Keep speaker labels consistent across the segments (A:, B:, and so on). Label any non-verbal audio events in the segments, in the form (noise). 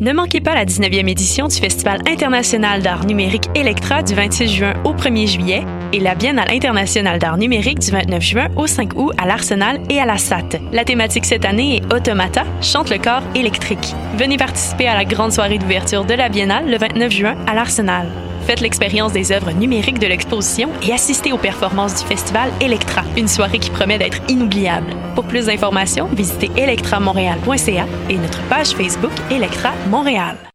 A: Ne manquez pas la 19e édition du Festival international d'art numérique Electra du 26 juin au 1er juillet et la Biennale internationale d'art numérique du 29 juin au 5 août à l'Arsenal et à la SAT. La thématique cette année est Automata, chante le corps électrique. Venez participer à la grande soirée d'ouverture de la Biennale le 29 juin à l'Arsenal. Faites l'expérience des œuvres numériques de l'exposition et assistez aux performances du festival Electra, une soirée qui promet d'être inoubliable. Pour plus d'informations, visitez electramontréal.ca et notre page Facebook Electra Montréal.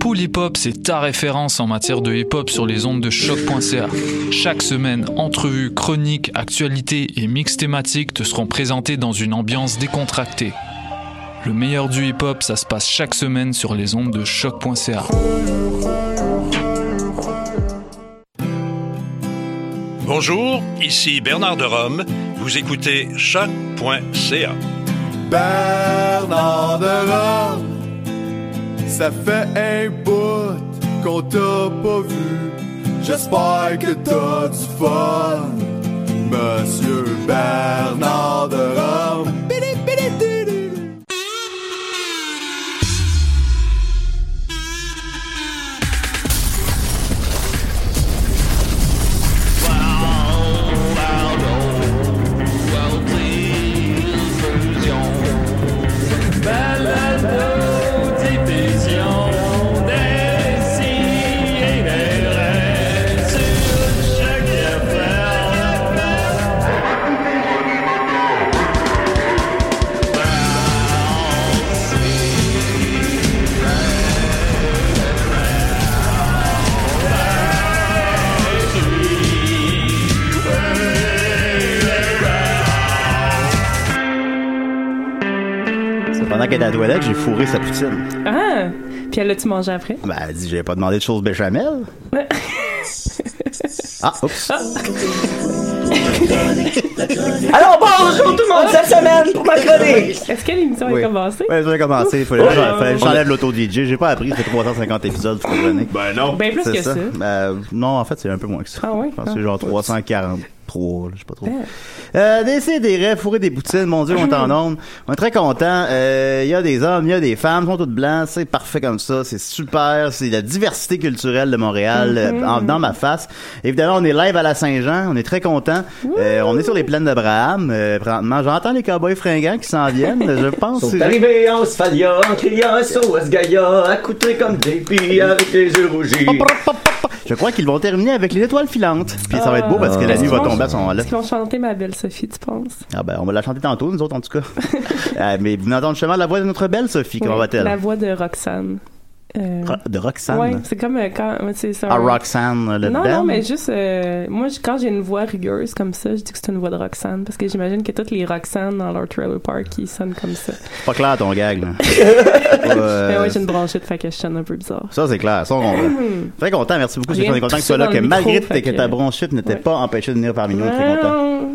B: Pool Hip Hop, c'est ta référence en matière de hip hop sur les ondes de choc.ca. Chaque semaine, entrevues, chroniques, actualités et mix thématiques te seront présentés dans une ambiance décontractée. Le meilleur du hip hop, ça se passe chaque semaine sur les ondes de choc.ca.
C: Bonjour, ici Bernard de Rome. Vous écoutez choc.ca.
D: Bernard de Rome, ça fait un bout qu'on t'a pas vu. J'espère que t'as du fun, Monsieur Bernard de Rome. Bidi, bidi, du, du, du.
E: C'est pendant qu'elle était à la toilette, j'ai fourré sa poutine.
F: Ah! Puis elle l'a-tu mangé après?
E: Ben, elle dit, j'avais pas demandé de choses
F: (laughs)
E: béchamel. Ah, oups.
G: Alors bonjour tout le monde cette semaine pour ma chronique.
F: Est-ce que l'émission
E: Oui.
F: est commencée?
E: Ouais, ça a commencé. Il fallait,
F: Ouais.
E: fallait que j'enlève l'auto-DJ. J'ai pas appris, ça fait 350 épisodes, vous comprenez?
D: Ben non.
F: Ben plus que ça.
E: Ben, non, en fait, c'est un peu moins que ça.
F: Ah ouais?
E: Je pense que
F: Ah.
E: c'est genre 343, là, je sais pas trop. Euh, Décidérez, fourrer des poutines, mon Dieu, on est
F: Mmh.
E: en onde. On est très content. Euh, Il y a des hommes, il y a des femmes, ils sont toutes blancs, c'est parfait comme ça, c'est super, c'est la diversité culturelle de Montréal
F: Mmh.
E: euh, en venant ma face. Évidemment, on est live à la Saint-Jean, on est très content.
F: Mmh.
E: Euh, on est sur les plaines d'Abraham, euh, présentement. J'entends les cowboys fringants qui s'en vignent,
F: (laughs)
E: je pense. euh,
G: Sont arrivés en Sfalia, en criant SOS Gaïa, accoutrés comme JP avec les yeux rougis.
E: Je crois qu'ils vont terminer avec les étoiles filantes. Puis ça va être beau parce que la
F: Est-ce
E: nuit va
F: qu'ils vont-
E: tomber à ce moment-là.
F: Est-ce qu'ils vont chanter ma belle Sophie, tu penses?
E: Ah ben, on va la chanter tantôt, nous autres en tout
F: (laughs)
E: cas. Ah, mais vous n'entendez chemin la voix de notre belle Sophie, comment
F: Oui, La
E: va-t-elle?
F: voix de Roxane. Euh,
E: euh, Ro- De Roxane.
F: ouais, c'est comme euh, quand. ouais, c'est c'est un-
E: Ah, Roxane, le
F: non,
E: belle.
F: non, mais juste, euh, moi, je- quand j'ai une voix rigueuse comme ça, je dis que c'est une voix de Roxane, parce que j'imagine que toutes les Roxane dans leur trailer park, ils sonnent comme ça.
E: C'est pas clair ton gag,
F: (laughs)
E: là.
F: Mais
E: Euh,
F: Ben ouais, j'ai une branchette, fait que je Mm-hmm. sonne un peu bizarre.
E: Ça, c'est clair. Ça, on comprend. Très content. Merci beaucoup.
F: Rien
E: Stéphane. On est content que tu sois là,
F: de
E: que
F: tousser dans le
E: malgré
F: micro, fait
E: que
F: que-
E: ta bronchite n'était
F: Ouais.
E: pas empêchée de venir parmi nous. Très content.
F: Non.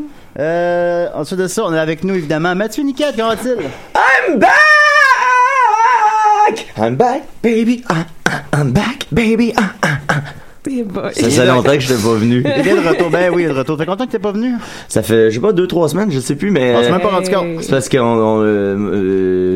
E: Euh, ensuite de ça, on est avec nous, évidemment, Mathieu Niquette. Comment
F: (laughs)
E: va-t-il?
G: I'm back! I'm back, baby, ah, ah, I'm back, baby, ah, ah, ah.
F: Eh boy.
G: Ça faisait longtemps que je n'étais pas venu.
E: Il est de retour. Ben oui, il est de retour. Ça fait longtemps que t'es pas venu.
G: Ça fait, je sais pas, deux, trois semaines, je sais plus, mais.
E: On s'est même pas rendu
F: Hey.
E: compte.
G: C'est parce qu'on on, euh,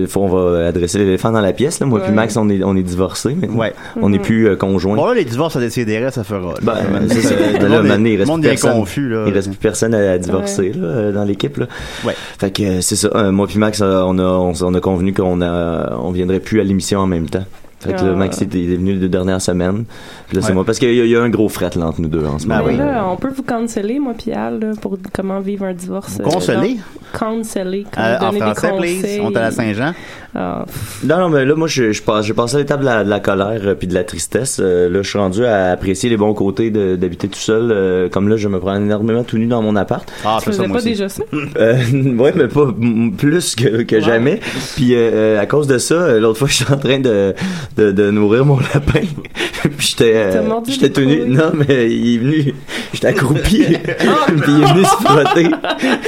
G: euh, faut- on va adresser l'éléphant dans la pièce. Là. Moi puis
F: Ouais.
G: Max, on est, on est divorcés. maintenant.
E: Ouais.
G: On n'est plus euh, conjoints.
E: Bon, là, les divorces à décider, ça fera. là.
G: Ben, euh, c'est ça.
E: Le
G: De
E: monde
G: là,
E: est-
G: maintenant, il
E: le
G: reste
E: monde
G: plus
E: est
G: personne.
E: confus, là.
F: Euh,
G: Il reste plus personne à, à divorcer là, euh, dans l'équipe. là.
E: Ouais.
G: Fait que euh, c'est ça. Euh, moi puis Max, euh, on a, on, s- on a convenu qu'on a, on viendrait plus à l'émission en même temps. Fait que là,
F: Ah.
G: Max il est, il est venu les deux dernières semaines. Puis là, c'est
E: Ouais.
G: moi. Parce qu'il y, a- il y a un gros fret là, entre nous deux en ce
E: Ben
G: moment.
F: Mais
E: oui.
F: là, on peut vous canceller, moi puis Al, là, pour comment vivre un divorce. euh,
E: Consolé.
F: dans- Canceller. Quand
E: Euh,
F: vous
E: en
F: donnez des
E: français, please.
F: conseils.
E: On est à la Saint-Jean.
F: Ah,
G: Non, non, mais là, moi, je, je passe, je passe à l'étape de la, de la colère euh, puis de la tristesse. Euh, là, je suis rendu à apprécier les bons côtés de- d'habiter tout seul. Euh, comme là, je me prends énormément tout nu dans mon appart.
E: Ah,
F: tu faisais pas déjà ça?
G: Euh, (laughs) ouais, mais pas m- plus que, que jamais. Puis euh, euh, à cause de ça, euh, l'autre fois, (laughs) j'étais en train de, de, de nourrir mon lapin. (laughs) puis j'étais
F: T'as
G: euh,
F: mordu
G: j'étais
F: des
G: tout nu.
F: couilles.
G: Non, mais il est venu. J'étais accroupi.
F: (laughs)
G: puis il est venu se frotter.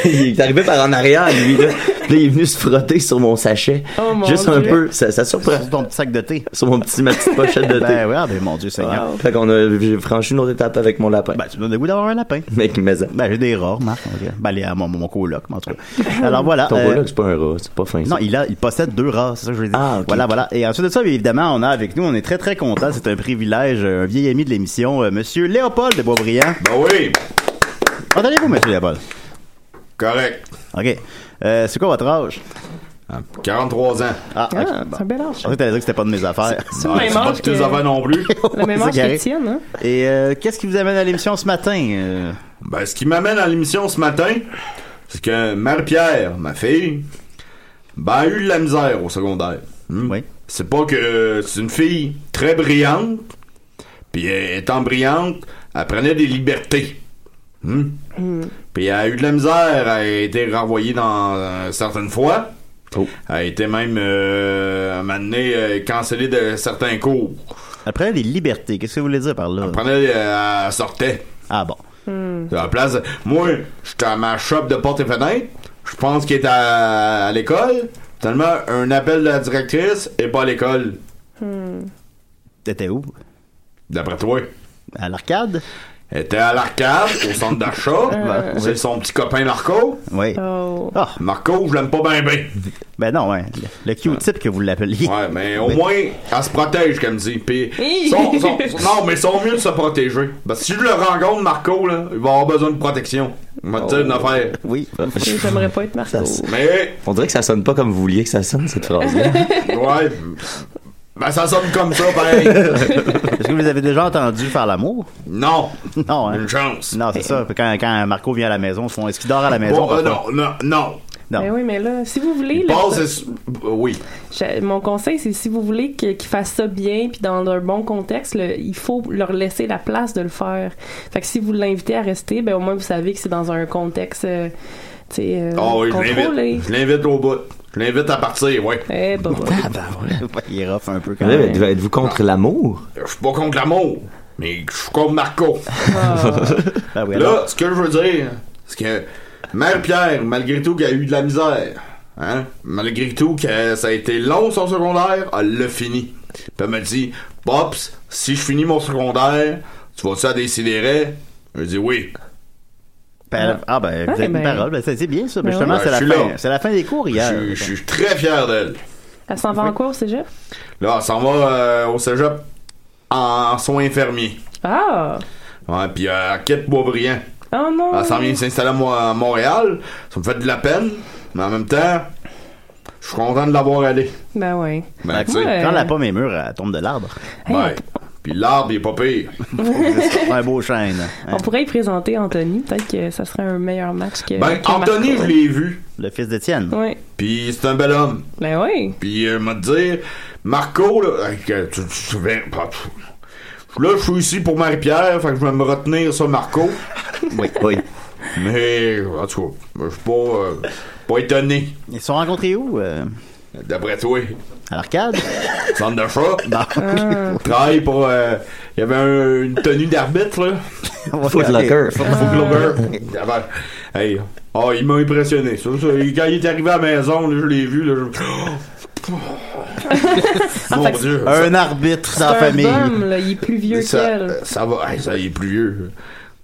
G: il est arrivé par en arrière, lui. Là. Puis là, il est venu se frotter sur mon sachet.
F: Oh, mon
G: Juste un
F: Dieu.
G: peu. Ça, ça surprend.
E: Sur ton petit sac de thé.
G: Sur mon petit, ma petite pochette (laughs) de thé.
E: Ben, ouais, ah, ben, mon Dieu, Seigneur.
G: Fait qu'on a j'ai franchi une autre étape avec mon lapin.
E: Ben, tu me donnes le goût d'avoir un lapin.
G: Mec, mais euh,
E: Ben, j'ai des rats, Marc. ok. Ben, les, mon, mon coloc, mais en tout cas. Alors, voilà.
G: ton
E: euh,
G: coloc, c'est pas un rat, c'est pas fin. ça.
E: Non, il, a, il possède deux rats, c'est ça que je veux dire.
G: Ah, ok,
E: Voilà,
G: ok.
E: voilà. Et ensuite de ça, bien évidemment, on a avec nous, on est très très content, c'est un privilège, euh, un vieil ami de l'émission, euh, Monsieur Léopold de Boisbriand.
H: Ben oui,
E: Entendez-vous, Monsieur Léopold?
H: correct.
E: OK. Euh, c'est quoi votre âge?
H: À 43 ans.
E: Ah, ok.
F: Ah, c'est un bel âge.
E: Je pensais que t'allais dire que c'était pas de mes affaires.
F: C'est le
H: Ah, C'est
F: même
H: pas de
F: âge que,
H: tes affaires non plus.
F: le même
E: (laughs) C'est
F: âge
E: carré.
F: que Étienne, hein?
E: Et euh, qu'est-ce qui vous amène à l'émission ce matin? euh?
H: Ben, ce qui m'amène à l'émission ce matin, c'est que Marie-Pierre, ma fille, ben, a eu de la misère au secondaire. Hmm?
E: Oui.
H: C'est pas que euh, c'est une fille très brillante, puis euh, étant brillante, elle prenait des libertés. Hmm? Puis elle a eu de la misère, elle a été renvoyée dans euh, certaines fois.
G: Oh.
H: Elle a été même, euh, à un moment donné, euh, cancellée de certains cours.
E: Après, les libertés, qu'est-ce que vous voulez dire par là?
H: Elle prenait, euh, elle sortait.
E: Ah bon.
H: À la place, moi, j'étais à ma shop de porte et fenêtre. Je pense qu'il est à, à l'école. Finalement, un appel de la directrice et pas à l'école.
E: T'étais où?
H: D'après toi.
E: À l'arcade? Bah,
H: Elle était à l'arcade, au centre d'achat.
F: Euh,
E: Euh.
H: Ben, C'est son petit copain Marco.
E: Oui.
F: Oh.
E: Ah,
H: Marco, je l'aime pas bien bien.
E: ben non, ouais. Le, le Q-tip que vous l'appeliez.
H: Ouais, ben. mais au
E: Oui.
H: moins, elle se protège, comme dit. Puis,
F: Hi!
H: son- son- son- non, mais ils sont mieux de se protéger. Parce que si je le rencontre, Marco, là, il va avoir besoin de protection. On va te dire une
E: Oh.
H: affaire.
E: (laughs) Oui.
F: Et J'aimerais pas être Marco.
G: Ça,
H: Mais,
G: On dirait que ça sonne pas comme vous vouliez que ça sonne, cette phrase-là.
H: ouais. Ben, ça sonne comme ça, pareil.
E: (laughs) Est-ce que vous avez déjà entendu faire l'amour?
H: Non.
E: Non, hein?
H: Une chance.
E: Non, c'est ça. Quand, quand Marco vient à la maison, ils font est-ce qu'il dort à la maison?
H: Bon, euh,
E: parfois?
H: non, non, non.
E: Non.
F: Ben oui, mais là, si vous voulez, là,
H: Passe, c'est- euh, oui.
F: j'ai- mon conseil, c'est si vous voulez que- qu'ils fassent ça bien, puis dans un bon contexte, le- il faut leur laisser la place de le faire. Fait que si vous l'invitez à rester, ben au moins vous savez que c'est dans un contexte, euh, tu sais, euh,
H: Ah oui, je
F: contrôlé.
H: l'invite. Je l'invite au bout. Je l'invite à partir, ouais.
F: Eh ben, ouais.
E: (laughs) Il est rough un peu quand
G: Là,
E: même.
G: êtes- Êtes-vous contre l'amour?
H: Euh, Je suis pas contre l'amour, mais je suis contre Marco.
E: Ben oui, alors,
H: Là, ce que je veux dire, c'est que Mère Pierre, malgré tout, qu'elle a eu de la misère, hein, malgré tout, que ça a été long son secondaire, elle l'a fini. Puis elle me dit, Pops, si je finis mon secondaire, tu vas-tu à décider? Je dis oui.
E: par- Ah ben, vous
F: Ouais,
E: avez une
F: ben-
E: parole. Ben, c'est c'est bien ça. Mais
F: Ben
E: justement,
H: ouais.
E: c'est la,
H: Ben, je suis
E: fin-
H: là.
E: c'est la fin des cours
H: Je
E: hier.
H: suis- je suis très fier d'elle.
F: Elle s'en va en cours, c'est juste?
H: Là, elle s'en va euh, au cégep en soins infirmiers.
F: Ah!
H: Ouais, puis euh, à Quête Boisbriand.
F: Oh non!
H: Elle s'en Ah, vient s'installer à Mo- à Montréal. Ça me fait de la peine, mais en même temps, je suis content de l'avoir allé.
F: Ben ouais.
H: Ben, tu sais.
F: Ouais.
E: Quand la pomme est mûre, elle tombe de
F: (laughs)
E: l'arbre.
H: Ouais. Puis l'arbre, il est pas pire.
E: C'est un beau chêne. hein.
F: On pourrait y présenter Anthony, peut-être que ça serait un meilleur match que.
H: Ben,
F: que
H: Anthony, je
F: Marco.
H: l'ai vu.
E: Le fils d'Étienne.
F: Ouais.
H: Puis c'est un bel homme.
F: Ben oui.
H: Puis euh, m'a dire, Marco, là, hey, que tu, tu, tu viens- pas- pff. Là, je suis ici pour Marie-Pierre, fait que je vais me retenir ça, Marco.
G: Oui, oui.
H: Mais, en tout cas, je suis pas, euh, pas étonné,
E: Ils se sont rencontrés où? euh,
H: d'après toi.
E: à l'arcade?
H: Centre de chat.
E: Bon.
F: Euh,
H: Travaille pour. euh, Il y avait un- une tenue d'arbitre, là.
G: Ah Footlocker.
H: Glover. Il y avait- oh, Hey. Ah, il m'a impressionné. Ça, ça, il- quand il est arrivé à la maison, là, je l'ai vu. Là, je...
F: fait (laughs)
H: Mon
F: Ah, que
H: Dieu.
E: Un arbitre dans la famille.
F: bum, là, il est plus vieux
H: ça,
F: qu'elle.
H: euh, ça va. Hey, ça, il est plus vieux.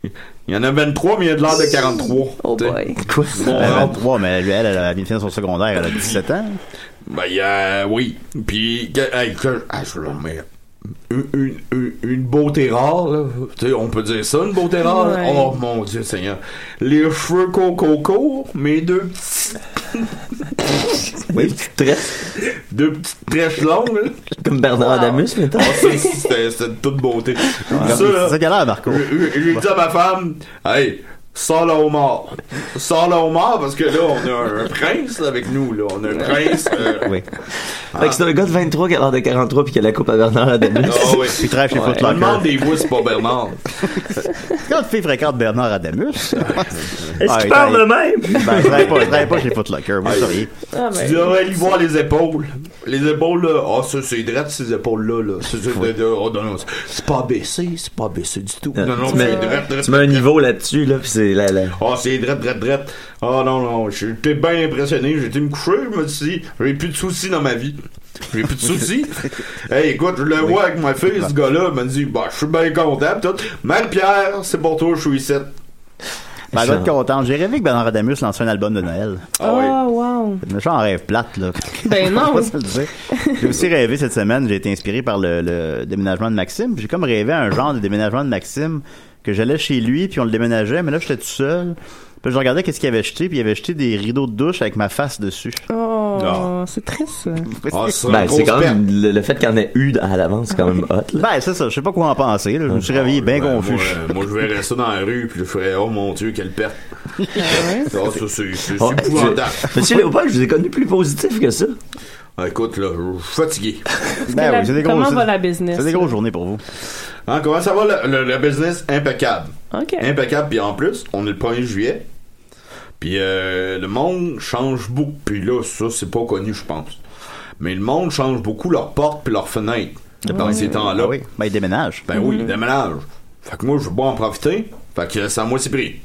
H: Il y en a 23, mais il y a de l'air de 43.
F: (laughs) Oh
H: t'sais.
F: boy.
E: Quoi?
H: Bon,
E: elle,
H: alors.
E: 23, mais elle, elle, elle a bien fini son secondaire, elle a 17 ans.
H: Ben, il y a- oui. Puis, que- hey, que- ah, je le mets. Une, une, une- une beauté rare, là. Tu sais, on peut dire ça, une beauté rare. là.
F: Ouais.
H: Oh mon Dieu Seigneur. Les cheveux coco court, mais deux petits-
G: Oui, tu te restes
H: deux petites trèches longues, là.
G: comme Bernard Adamus, (laughs) mettons.
H: (laughs) Ah, ça, c'était c'était de toute beauté.
E: C'est
H: ça, là,
E: ça qu'elle a, Marco.
H: j'ai j'ai dit à ma femme, hey, sors le homard. Sors le homard, parce que là, on a un prince là, avec nous, là. On a un prince. euh,
E: Oui.
G: Fait que c'est un gars de 23 qui a l'air de 43 puis qui a la coupe à Bernard Adamus.
H: Ah
E: (laughs)
H: (laughs) oui.
E: Puis travaille chez
H: Ouais.
E: Foot Locker.
H: On demande des voix, c'est pas Bernard.
E: Quand tu fais fréquente Bernard Adamus,
H: (laughs)
G: Est-ce
E: Ah,
G: qu'il
E: il
G: parle
E: travaille-
G: de même?
E: ben, elle travaille pas, elle travaille pas chez Foot Locker.
H: (laughs)
E: Moi, ça y est.
F: Ah,
H: Tu oh,
F: ben,
H: devrais lui voir les épaules. Les épaules, là. Ah, ça, c'est drette, ces épaules-là, là. C'est c'est- de- de- oh, non, non, c'est- c'est pas baissé, c'est pas baissé du tout. Non, non,
G: tu, mets,
H: c'est drette, drette.
G: tu mets un niveau là-dessus, là, puis c'est la, la...
H: Ah, c'est drette, drette, drette. Ah, non, non, j'étais bien impressionné. J'étais me coucher, je me suis dit, j'ai plus de soucis dans ma vie. J'ai plus de
G: (laughs)
H: soucis. hey, écoute, je le vois avec ma fille, ce gars-là, il m'a dit, bah, je suis bien content, pis tout. Marie-Pierre, c'est pour toi, je suis ici.
E: Ben, elle doit être contente. J'ai rêvé que Bernard Adamus lançait un album de Noël.
H: Ah oui.
F: oh, wow.
E: Mais genre en rêve plate, là.
F: (laughs) Ben
E: On
F: non.
E: va se le dire. J'ai aussi rêvé cette semaine, j'ai été inspiré par le, le déménagement de Maxime. J'ai comme rêvé à un genre de déménagement de Maxime que j'allais chez lui, puis on le déménageait, mais là, j'étais tout seul. Puis je regardais qu'est-ce qu'il avait jeté, puis il avait jeté des rideaux de douche avec ma face dessus.
F: Oh,
H: Non.
F: c'est triste.
E: (laughs)
H: Ah, c'est une
G: Ben, c'est
H: grosse
G: quand
H: perte.
G: même... Le, le fait qu'il y en ait eu à l'avance, c'est quand même hot, là.
E: Ben, c'est ça, je sais pas quoi en penser, là. Je me suis réveillé bien
H: Ben,
E: confus.
H: Moi, euh, moi, je verrais ça dans la rue, puis je ferais, oh mon Dieu, quelle perte. Ah, ça, c'est c'est
G: Ouais,
H: épouvantable.
G: je- Monsieur Léopold, je vous ai connu plus positif que ça.
H: Ah, écoute, là, je suis fatigué.
E: Ben
H: euh,
F: la-
E: oui, c'est des
F: comment
E: grosses-
F: va la business?
E: C'est des grosses journées pour vous.
H: Hein, comment ça va, le, le- le business? Impeccable.
F: OK.
H: Impeccable, puis en plus, on est le 1er juillet, puis euh, le monde change beaucoup. Puis là, ça, c'est pas connu, je pense. Mais le monde change beaucoup leurs portes puis leurs fenêtres dans ces temps-là.
E: Ah oui. Ben, il déménage.
H: Ben
F: Mhm.
H: oui, déménage. Fait que moi, je veux pas en profiter. Fait que c'est à moitié prix.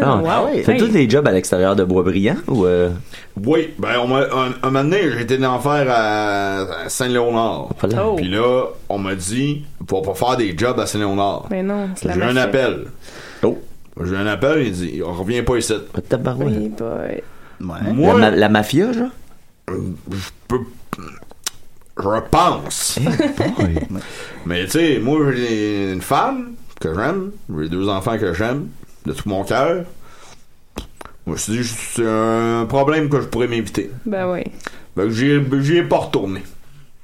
G: Ah,
F: wow.
E: ouais.
G: Fait
F: Hey.
G: tous des jobs à l'extérieur de Boisbriand ou euh,
H: Oui, ben on m'a, un, un moment donné, j'étais dans l'enfer à, à Saint-Léonard.
G: voilà.
F: Oh.
H: Puis là, on m'a dit, faut pas faire des jobs à Saint-Léonard.
F: Mais non, Ben, c'est la
H: J'ai un
F: mafia.
H: appel.
G: Oh.
H: J'ai un appel, il dit, on revient pas ici.
G: Ah, tabarouette.
F: Oui, boy.
E: Ouais.
G: La,
H: Moi,
G: ma- la mafia, genre?
H: je pense.
E: Eh,
H: (laughs) Mais tu sais, moi, j'ai une femme que j'aime, j'ai deux enfants que j'aime, de tout mon cœur. Je me suis dit, c'est un problème que je pourrais m'éviter.
F: Ben oui.
H: Fait que j'y ai- j'y ai pas retourné.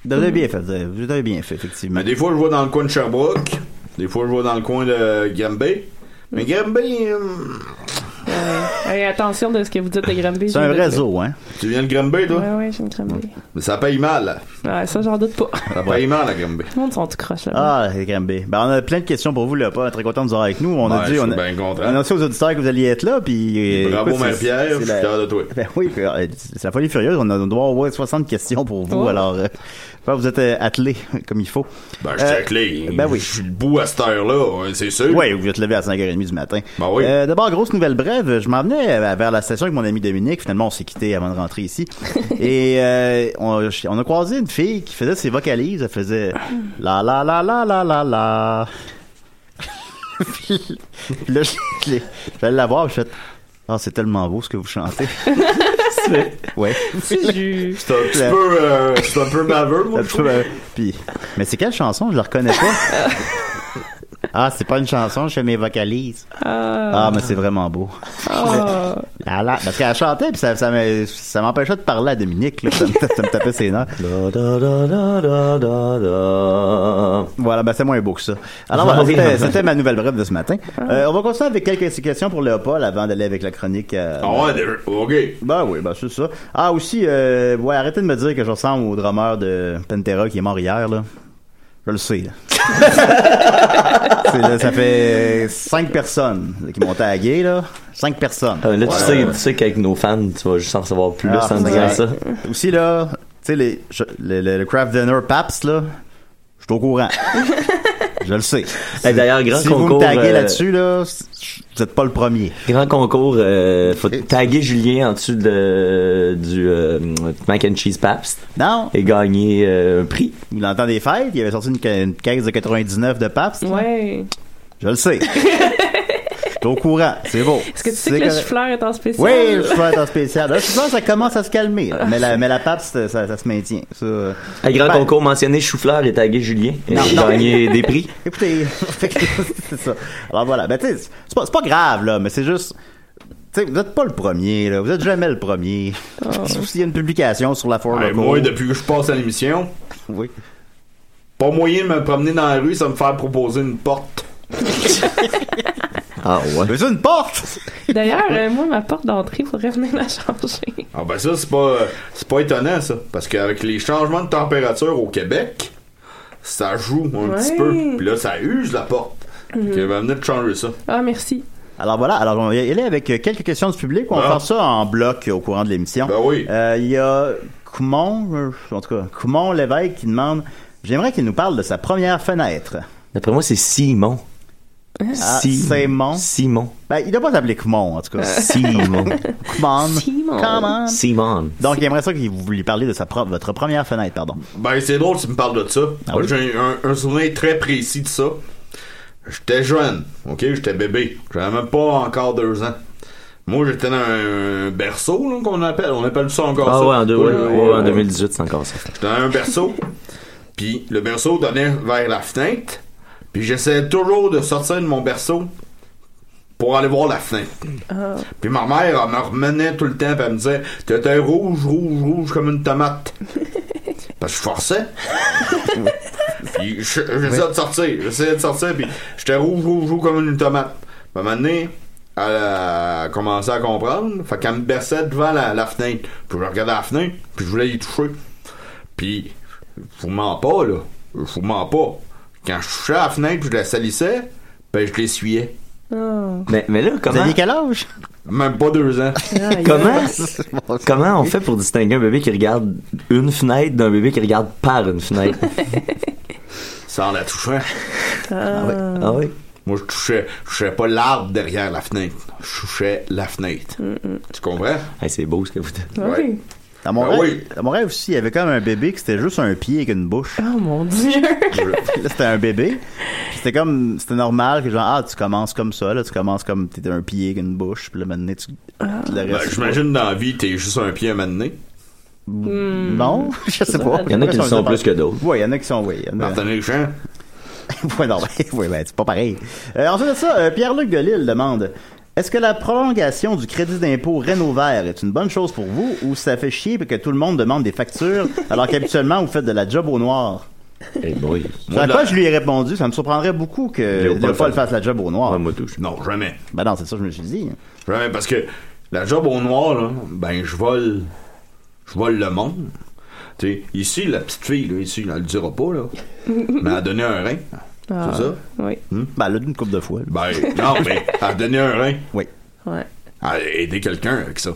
E: Vous avez bien fait, vous avez- vous avez bien fait, effectivement.
H: Mais Ben, des fois, je vois dans le coin de Sherbrooke. Des fois, je vois dans le coin de Granby. Mais Granby, euh,
F: Ben
E: (laughs)
F: Hey, attention de ce que vous dites de Granby.
E: C'est un vrai zoo, hein.
H: tu viens de Granby, toi?
F: Ouais, ouais, j'ai une Granby.
H: Mais ça paye mal. là.
F: Ouais, ça, j'en doute pas. (laughs)
H: Ça paye mal, à Granby.
F: Tout le monde sont tout croche là-bas.
E: Ah, c'est Granby. Ben, on a plein de questions pour vous, là. Pas très content de vous avoir avec nous. On
H: Ouais,
E: a dit,
H: je
E: on
H: suis
E: a,
H: bien content.
E: on a aussi aux auditeurs que vous alliez être là, puis. euh,
H: Bravo,
E: écoute, c'est-
H: Marie-Pierre.
E: c'est
H: Je suis
E: la-
H: fier de toi.
E: (laughs) Ben oui, puis, euh, c'est la folie furieuse. On a on doit avoir 60 questions pour vous,
F: Oh.
E: alors euh, j'espère que vous êtes euh, attelés comme il faut.
H: Ben, je
E: Euh,
H: check les.
E: ben oui.
H: Je suis debout à cette heure-là, hein, c'est sûr.
E: Oui, vous êtes levé à 5h30 du matin.
H: Ben oui.
E: Euh, D'abord, grosse nouvelle brève. Je m'en venais euh, vers la station avec mon ami Dominique. Finalement, on s'est quitté avant de
H: (laughs)
E: rentrer ici. Et euh, on, on a croisé une fille qui faisait ses vocalises. Elle faisait la la la la la la la. (laughs) Puis là, je l'ai- je l'ai la voir. Je fais Ah, c'est tellement beau ce que vous chantez. (laughs) ouais. (laughs)
F: Tu jus.
H: C'est un petit peu, euh, c'est un peu baveux, moi.
E: Un
H: je
E: petit peu,
H: trouve.
E: euh, puis- mais c'est quelle chanson? Je la reconnais pas.
H: (laughs)
E: ah, c'est pas une chanson, je fais mes vocalises. Ah, mais c'est vraiment beau.
F: Ah.
E: Ah là, parce qu'elle chantait, puis ça, ça, me- ça m'empêchait de parler à Dominique. Là, ça, me, ça me tapait ses nerfs.
G: Da, da, da, da, da, da, da.
E: Voilà, ben c'est moins beau que ça. Alors voilà, c'était- c'était ma nouvelle brève de ce matin. Euh, on va continuer avec quelques questions pour Léopold avant d'aller avec la chronique. euh,
H: Ah ouais, de- ok.
E: Ben oui, ben c'est ça. Ah aussi, euh, ouais, arrêtez de me dire que je ressemble au drummer de Pantera qui est mort hier, là. Je le sais, là. C'est, là, ça fait euh, cinq personnes là, qui m'ont tagué, là. Cinq personnes.
G: Ah, là, tu sais, tu sais qu'avec nos fans, tu vas juste en savoir plus
E: Ah,
G: en
E: ouais.
G: disant ça.
E: Aussi, là, tu sais, les, je- le, le- le craft dinner Paps, là, je
F: (laughs)
E: suis au courant. je le sais.
G: Hey, D'ailleurs, grand
E: si vous
G: concours.
E: me taguez
G: euh,
E: là-dessus, là, c'est- Vous êtes pas le premier.
G: Grand concours, euh, faut taguer Julien en dessous de, du euh, mac and cheese Pabst
E: Non?
G: et gagner euh, un prix.
E: Il l'entend des fêtes. Il avait sorti une, ca- une caisse de 99 de Pabst.
F: Ouais.
E: Je le
F: (laughs)
E: sais. T'es au courant. C'est beau.
F: Est-ce que tu sais que le
E: correct.
F: souffleur est en spécial?
E: Oui, le chauffeur est en spécial. Là, je pense que ça commence à se calmer.
F: Ah.
E: là. Mais la, mais la Pabst, ça, ça se maintient. Ça, euh,
G: Un grand
E: Ben-
G: concours mentionné Chou-Fleur et taguer Julien et
E: Non, non.
G: gagner des prix.
E: Écoutez, (laughs) fait que c'est ça. Alors voilà, ben tu sais, c'est pas, c'est pas grave là, mais c'est juste, tu sais, vous êtes pas le premier là, vous êtes jamais le premier. (laughs) Sauf s'il y a une publication sur la foire
H: Ouais,
E: locale.
H: moi, depuis que je passe à l'émission,
E: Oui.
H: pas moyen de me promener dans la rue sans me faire proposer une porte.
G: (laughs) Ah ouais.
E: Mais c'est une porte.
F: D'ailleurs, euh, moi, ma porte d'entrée, il faudrait venir la changer.
H: Ah ben ça, c'est pas, c'est pas étonnant, ça. Parce qu'avec les changements de température au Québec, ça joue un
F: Ouais.
H: petit peu. Puis là, ça use la porte. Fait que va venir te changer ça.
F: Ah, merci.
E: Alors voilà, alors on va y aller avec euh, quelques questions du public, on va
H: Ah.
E: faire ça en bloc euh, au courant de l'émission.
H: Ben oui.
E: Euh, Il y a Coumon, euh, en tout cas, Coumon Lévesque qui demande, j'aimerais qu'il nous parle de sa première fenêtre.
G: D'après moi, c'est Simon.
E: Ah,
G: Simon.
E: Simon.
G: Simon.
E: Ben, il doit pas s'appeler Coumon, en tout cas.
G: Simon.
E: Coumon.
F: Simon.
E: Coumon.
G: Simon.
E: Donc, il aimerait ça que vous lui parliez de sa pro- votre première fenêtre, pardon.
H: Ben, c'est drôle que tu me parles de ça.
E: Ah
H: Moi,
E: oui?
H: J'ai un, un souvenir très précis de ça. J'étais jeune, ok? J'étais bébé. J'avais même pas encore deux ans. Moi, j'étais dans un berceau, là, qu'on appelle. On appelle ça encore
G: Ah
H: ça.
G: ouais, en, deux- ouais, ouais, en
H: ouais.
G: 2018, c'est encore ça.
H: J'étais dans un berceau. Puis le berceau donnait vers la fenêtre. Puis j'essayais toujours de sortir de mon berceau pour aller voir la fenêtre. Puis ma mère, elle me remenait tout le temps. Puis elle me disait T'étais rouge, rouge, rouge comme une tomate. Parce que je forçais. puis je- j'essayais de sortir. J'essayais de sortir. Puis j'étais rouge, rouge, rouge comme une tomate. Puis à un moment donné, elle a commencé à comprendre. Fait qu'elle me berçait devant la, la fenêtre. Puis je regardais la fenêtre. Puis je voulais y toucher. Puis, je vous mens pas, là. Je vous mens pas. Quand je touchais à la fenêtre puis je la salissais, ben je l'essuyais.
G: Mais, mais là,
E: Vous
G: comment,
E: aviez quel âge?
H: Même pas deux ans.
G: comment, (laughs) comment on fait pour distinguer un bébé qui regarde une fenêtre d'un bébé qui regarde par une fenêtre?
H: Sans la toucher.
F: Euh,
G: Ah oui?
H: Moi, je touchais, je touchais pas l'arbre derrière la fenêtre. Je touchais la fenêtre. Tu comprends?
G: Hey, c'est beau ce que vous (laughs) dites.
F: Ok.
H: Ouais.
E: À Montréal,
H: Ben oui.
E: à Montréal aussi, il y avait comme un bébé qui c'était juste un pied avec une bouche. (laughs)
F: Oh mon dieu.
E: Là, c'était un bébé. Puis c'était comme, c'était normal que genre, ah, tu commences comme ça, là, tu commences comme, t'es un pied avec une bouche, puis là, maintenant, tu.
G: Ah.
E: le
H: Ben,
E: reste,
H: J'imagine dans la vie, t'es juste un pied à mener.
E: Non, (laughs) je sais pas.
G: Il y en a qui le sont plus que d'autres.
E: Oui, il y en a qui sont, oui. il y en a-
H: Martin Deschamps.
E: (laughs) ouais, non, ben, ouais, ben, c'est pas pareil. Euh, ensuite de ça, euh, Pierre-Luc Delille demande Est-ce que la prolongation du crédit d'impôt Renault Vert est une bonne chose pour vous ou ça fait chier que tout le monde demande des factures alors qu'habituellement vous faites de la job au noir
G: Eh boy.
E: C'est à
H: là-
E: quoi je lui ai répondu Ça me surprendrait beaucoup que
G: Léopold
E: Léopold
G: fasse-
E: fasse la job au noir.
G: Ouais, Ah, moi tout.
H: Non, jamais.
E: Ben non, c'est ça que je me suis dit.
H: Jamais, parce que la job au noir, là, ben, je vole. Je vole le monde. Tu sais, ici, la petite fille, là, ici, elle le dira pas,
F: (laughs)
H: là. mais elle a donné un rein.
F: Ah.
H: C'est ça?
F: Oui.
E: Ben là, d'une coupe de fois. là.
H: Ben, non, mais elle a donné un rein.
E: Oui.
F: Ouais.
H: Elle a aidé quelqu'un avec ça.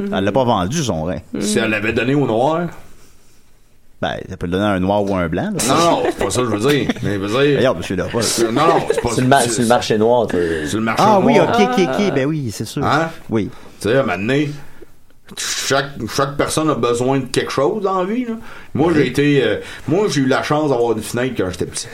E: Elle l'a pas vendu son rein.
F: Mm.
H: Si elle l'avait donné au noir.
E: Ben, ça peut le donner à un noir ou à un blanc. là.
H: Non, non, c'est pas ça que je veux dire. Mais je veux dire.
E: D'ailleurs, monsieur Léopold.
H: Non, non, c'est pas
G: Sur le, mar- sur le marché noir, t'es-
H: Sur le marché
E: Ah
H: au
E: oui,
H: noir.
E: ok, ok, ok. Ben oui, c'est sûr.
H: Hein?
E: Oui.
H: Tu sais, à un moment donné, chaque, chaque personne a besoin de quelque chose dans la vie. Là. Moi, j'ai été. euh, moi, j'ai eu la chance d'avoir une fenêtre quand j'étais petit.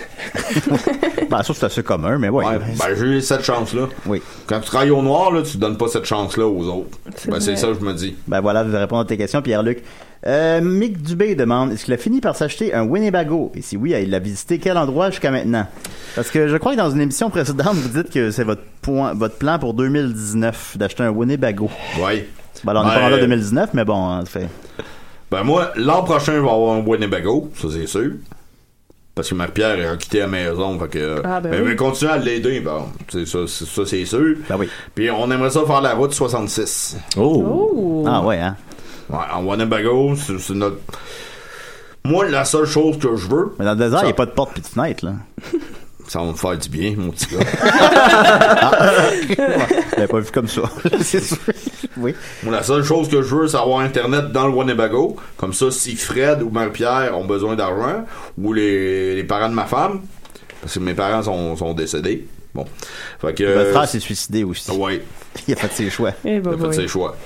E: Ben ça, c'est assez commun, mais ouais.
H: Ouais, ben, j'ai eu cette chance-là.
E: Oui.
H: Quand tu travailles au noir, là, tu donnes pas cette chance-là aux autres. Ben, c'est
F: vrai.
H: ça que je me dis.
E: Ben voilà, je vais répondre à tes questions, Pierre-Luc. Euh, Mick Dubé demande est-ce qu'il a fini par s'acheter un Winnebago Et si oui, il a visité quel endroit jusqu'à maintenant Parce que je crois que dans une émission précédente, vous dites que c'est votre point, votre plan pour 2019 d'acheter un Winnebago.
H: Ouais.
E: Ben alors, on n'est
H: Ben,
E: pas là 2019, mais bon, hein, en fait.
H: Ben, moi, l'an prochain, je vais avoir un Winnebago, ça c'est sûr. Parce que ma pierre a quitté la maison, fait que.
F: Ah, ben
H: mais
F: oui.
H: je vais continuer à l'aider, bon. C'est ça, c'est- ça, c'est sûr.
E: Ben oui.
H: Puis on aimerait ça faire la route 66.
G: Oh!
F: Oh.
E: Ah ouais, hein.
H: Ouais, en Winnebago, c'est c'est notre. Moi, la seule chose que je veux,
E: Mais dans le désert, il
H: Ça-
E: n'y a pas de porte et de fenêtre,
F: (laughs)
E: là.
H: ça va me faire du bien, mon petit gars.
E: Je l'avais pas vu comme
F: (laughs)
E: ça. c'est sûr. Oui.
H: Moi, la seule chose que je veux, c'est avoir Internet dans le Winnebago. Comme ça, si Fred ou Marie-Pierre ont besoin d'argent, ou les, les parents de ma femme, parce que mes parents sont, sont décédés, Bon. Fait que.
E: Votre frère s'est suicidé aussi.
H: Euh, Ouais.
E: Il a fait ses choix.
F: Eh
H: Il
F: ben,
H: a fait
F: oui.
H: ses choix.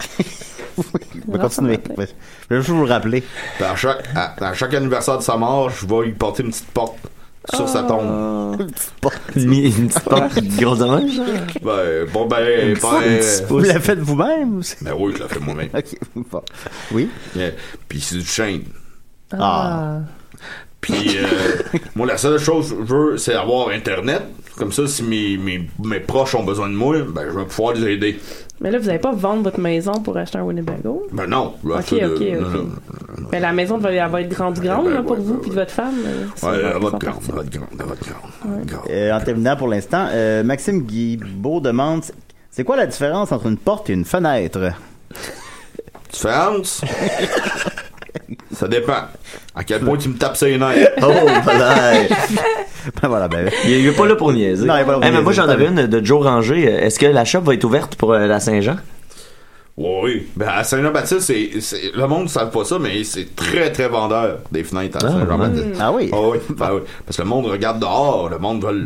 E: On va continuer.
F: ça me
E: Je vais juste vous le rappeler.
H: Puis à chaque, à, à chaque anniversaire de sa mort, je vais lui porter une petite porte sur sa tombe.
E: Une petite porte.
G: Ni- Une petite porte grosse de même, genre.
H: Ben, bon, ben, ben.
E: Vous la faites vous-même ou c'est- (laughs)
H: Ben oui, je l'ai fait moi-même.
E: Ok, bon. Oui.
H: Yeah. Puis c'est du chêne.
E: Ah.
H: Puis, euh, moi, la seule chose que je veux, c'est avoir Internet. Comme ça, si mes, mes, mes proches ont besoin de moi, ben, je vais pouvoir les aider.
F: Mais là, vous n'allez pas vendre votre maison pour acheter un Winnebago.
H: Ben non. je vais
F: Ok,
H: acheter de-
F: ok, ok.
H: non, non.
F: Mais la maison va elle va être grande, grande
H: ben,
F: là, pour
H: ouais,
F: vous
H: ouais,
F: puis de
H: ouais.
F: votre femme. euh, c'est
H: Ouais,
F: bon,
H: elle va
F: c'est
H: être grande,
F: parti.
H: elle va être grande, elle va être grande, elle va être grande.
E: Euh, en terminant pour l'instant, euh, Maxime Guibault demande c'est quoi la différence entre une porte et une fenêtre
H: Différence? ça dépend. À quel point tu me tapes ses nerfs.
E: Oh, voilà. (laughs) ben voilà, ben.
G: Il est il est pas là pour niaiser.
E: Non, il est pas là pour
G: Eh, mais moi,
E: niaiser,
G: j'en
E: t'as
G: avais
E: vu.
G: une de Joe Ranger. Est-ce que la shop va être ouverte pour euh, la Saint-Jean?
H: Ouais, Oui. Ben, à Saint-Jean-Baptiste, c'est, c'est- le monde ne savent pas ça, mais c'est très, très vendeur des fenêtres à
G: Ah,
H: Saint-Jean-Baptiste.
E: Ah oui.
H: Ah oui, ben oui. Parce que le monde regarde dehors, le monde veut,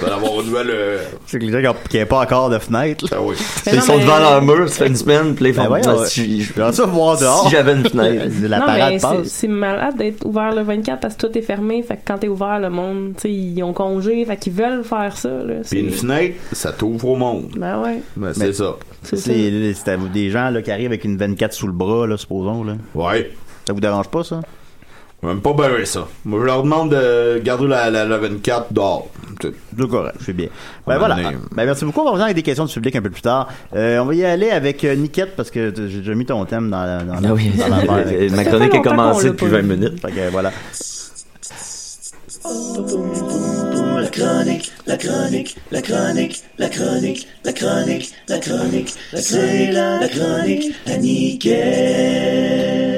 H: veut avoir une nouvelle. euh,
E: C'est que les gens qui n'ont pas encore de fenêtre. là.
H: Ah oui.
F: Mais
G: Ils
F: non,
G: sont
F: mais-
G: devant leur mur, ça fait une semaine, puis les
E: Ben
G: font
E: ouais,
G: Ah,
E: ouais.
G: si- je-
E: J'aimerais ça voir dehors. Euh,
G: Si j'avais une fenêtre.
E: La
F: non, mais
E: parade
F: c'est-
E: passe.
F: c'est malade d'être ouvert le 24 parce que tout est fermé. Fait que quand t'es ouvert, le monde, tu sais, ils ont congé. Fait qu'ils veulent faire ça. Là,
H: Puis une
F: C'est-
H: fenêtre, ça t'ouvre au monde.
F: Ben ouais,
H: Ben,
E: Mais-
H: c'est ça.
F: c'est ça.
E: C'est là, c'est à vous des gens là, qui arrivent avec une 24 sous le bras, là, supposons. Là.
H: Ouais.
E: Ça vous dérange pas, ça?
H: J'aime pas bien ça. Moi, je leur demande de garder la, la, la 24 dehors. C'est-
E: De correct, je suis bien. Ben
H: On
E: voilà.
H: en est-
E: Ben merci beaucoup. On va revenir avec des questions du public un peu plus tard. Euh, on va y aller avec euh, Niquette parce que t- j'ai déjà mis ton thème dans la. Dans la-
G: Ah oui,
E: dans
F: (laughs)
E: l'affaire.
G: ma
F: fait
G: chronique a
F: longtemps qu'on
G: commencé
F: l'a
G: depuis
F: pas
G: 20
F: vu.
G: minutes.
E: Fait que voilà.
G: (laughs)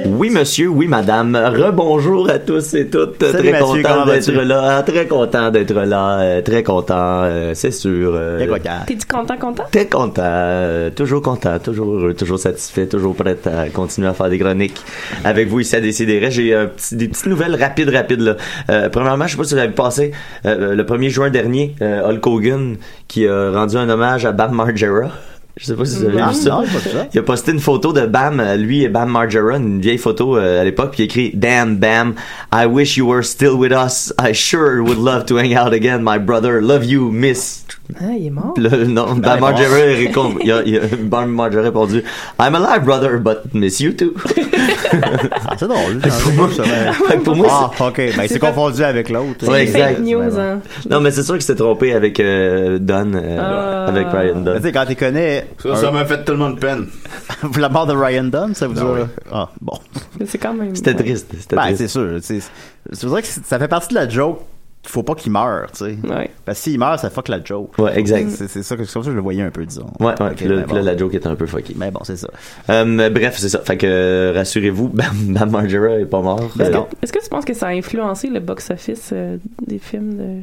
G: Oui, monsieur, oui, madame. Rebonjour à tous et toutes.
E: Salut,
G: très
E: Mathieu, comment
G: content
E: vas-tu?
G: d'être là. Ah, Très content d'être là. euh, très content, euh, c'est sûr. euh,
E: Bien coquin.
F: T'es-tu content, content?
G: Très content, euh, toujours content, toujours heureux, toujours satisfait, toujours prêt à continuer à faire des chroniques avec vous ici à Décideret. E. J'ai un petit- des petites nouvelles rapides, rapides. Là. Euh, premièrement, je sais pas si vous avez passé, euh, le 1er juin dernier, euh, Hulk Hogan qui a rendu un hommage à Bam Margera. Je sais pas si vous avez
E: Ah,
G: vu ça.
E: non, j'ai pas vu ça.
G: Il a posté une photo de Bam, euh, lui et Bam Margera, une vieille photo euh, à l'époque, puis il a écrit Damn Bam, I wish you were still with us. I sure would love to hang out again, my brother. Love you, miss.
F: Ah, il est mort.
G: Puis là, non, Bam
E: réponse.
G: Margera a récon- il a- il a- Bam Margera a répondu I'm alive, brother, but miss
E: (laughs)
G: you too.
E: Ah, c'est drôle. hein, c'est pas ça, mais-
G: Fait que pour moi,
E: Ah, ok. Ben, c'est
F: C'est
E: confondu avec l'autre.
G: Ouais,
F: C'est
G: exact.
F: fake news,
E: Ouais, ouais.
F: hein.
G: c'est- non, mais c'est sûr qu'il s'est trompé avec euh, Don, euh,
F: Ah.
G: avec Ryan
E: Ben,
G: Dunn.
E: Tu sais, quand tu connais
H: Ça, ça m'a fait tellement de peine.
E: euh, la mort de Ryan Dunn, ça vous
H: Non,
E: a.
H: oui.
E: Ah, bon.
F: Mais C'est quand même.
G: C'était triste, c'était
E: Ben,
G: triste.
E: c'est sûr. C'est c'est vrai que c'est- ça fait partie de la joke qu'il faut pas qu'il meure, tu sais.
F: Ouais.
E: Parce que s'il meurt, ça fuck la joke.
G: Ouais, exact.
E: Mm. C'est c'est ça que c'est comme ça que je le voyais un peu, disons.
G: Ouais, ouais,
E: Ok,
G: puis là,
E: ben
G: puis là,
E: bon.
G: la joke était un peu fuckée.
E: Mais bon, c'est ça.
G: Euh, bref, c'est ça. Fait que euh, rassurez-vous, (laughs) Bam, Bam Margera est pas mort.
E: Ben non.
F: Est-ce que tu penses que ça a influencé le box-office euh, des films de.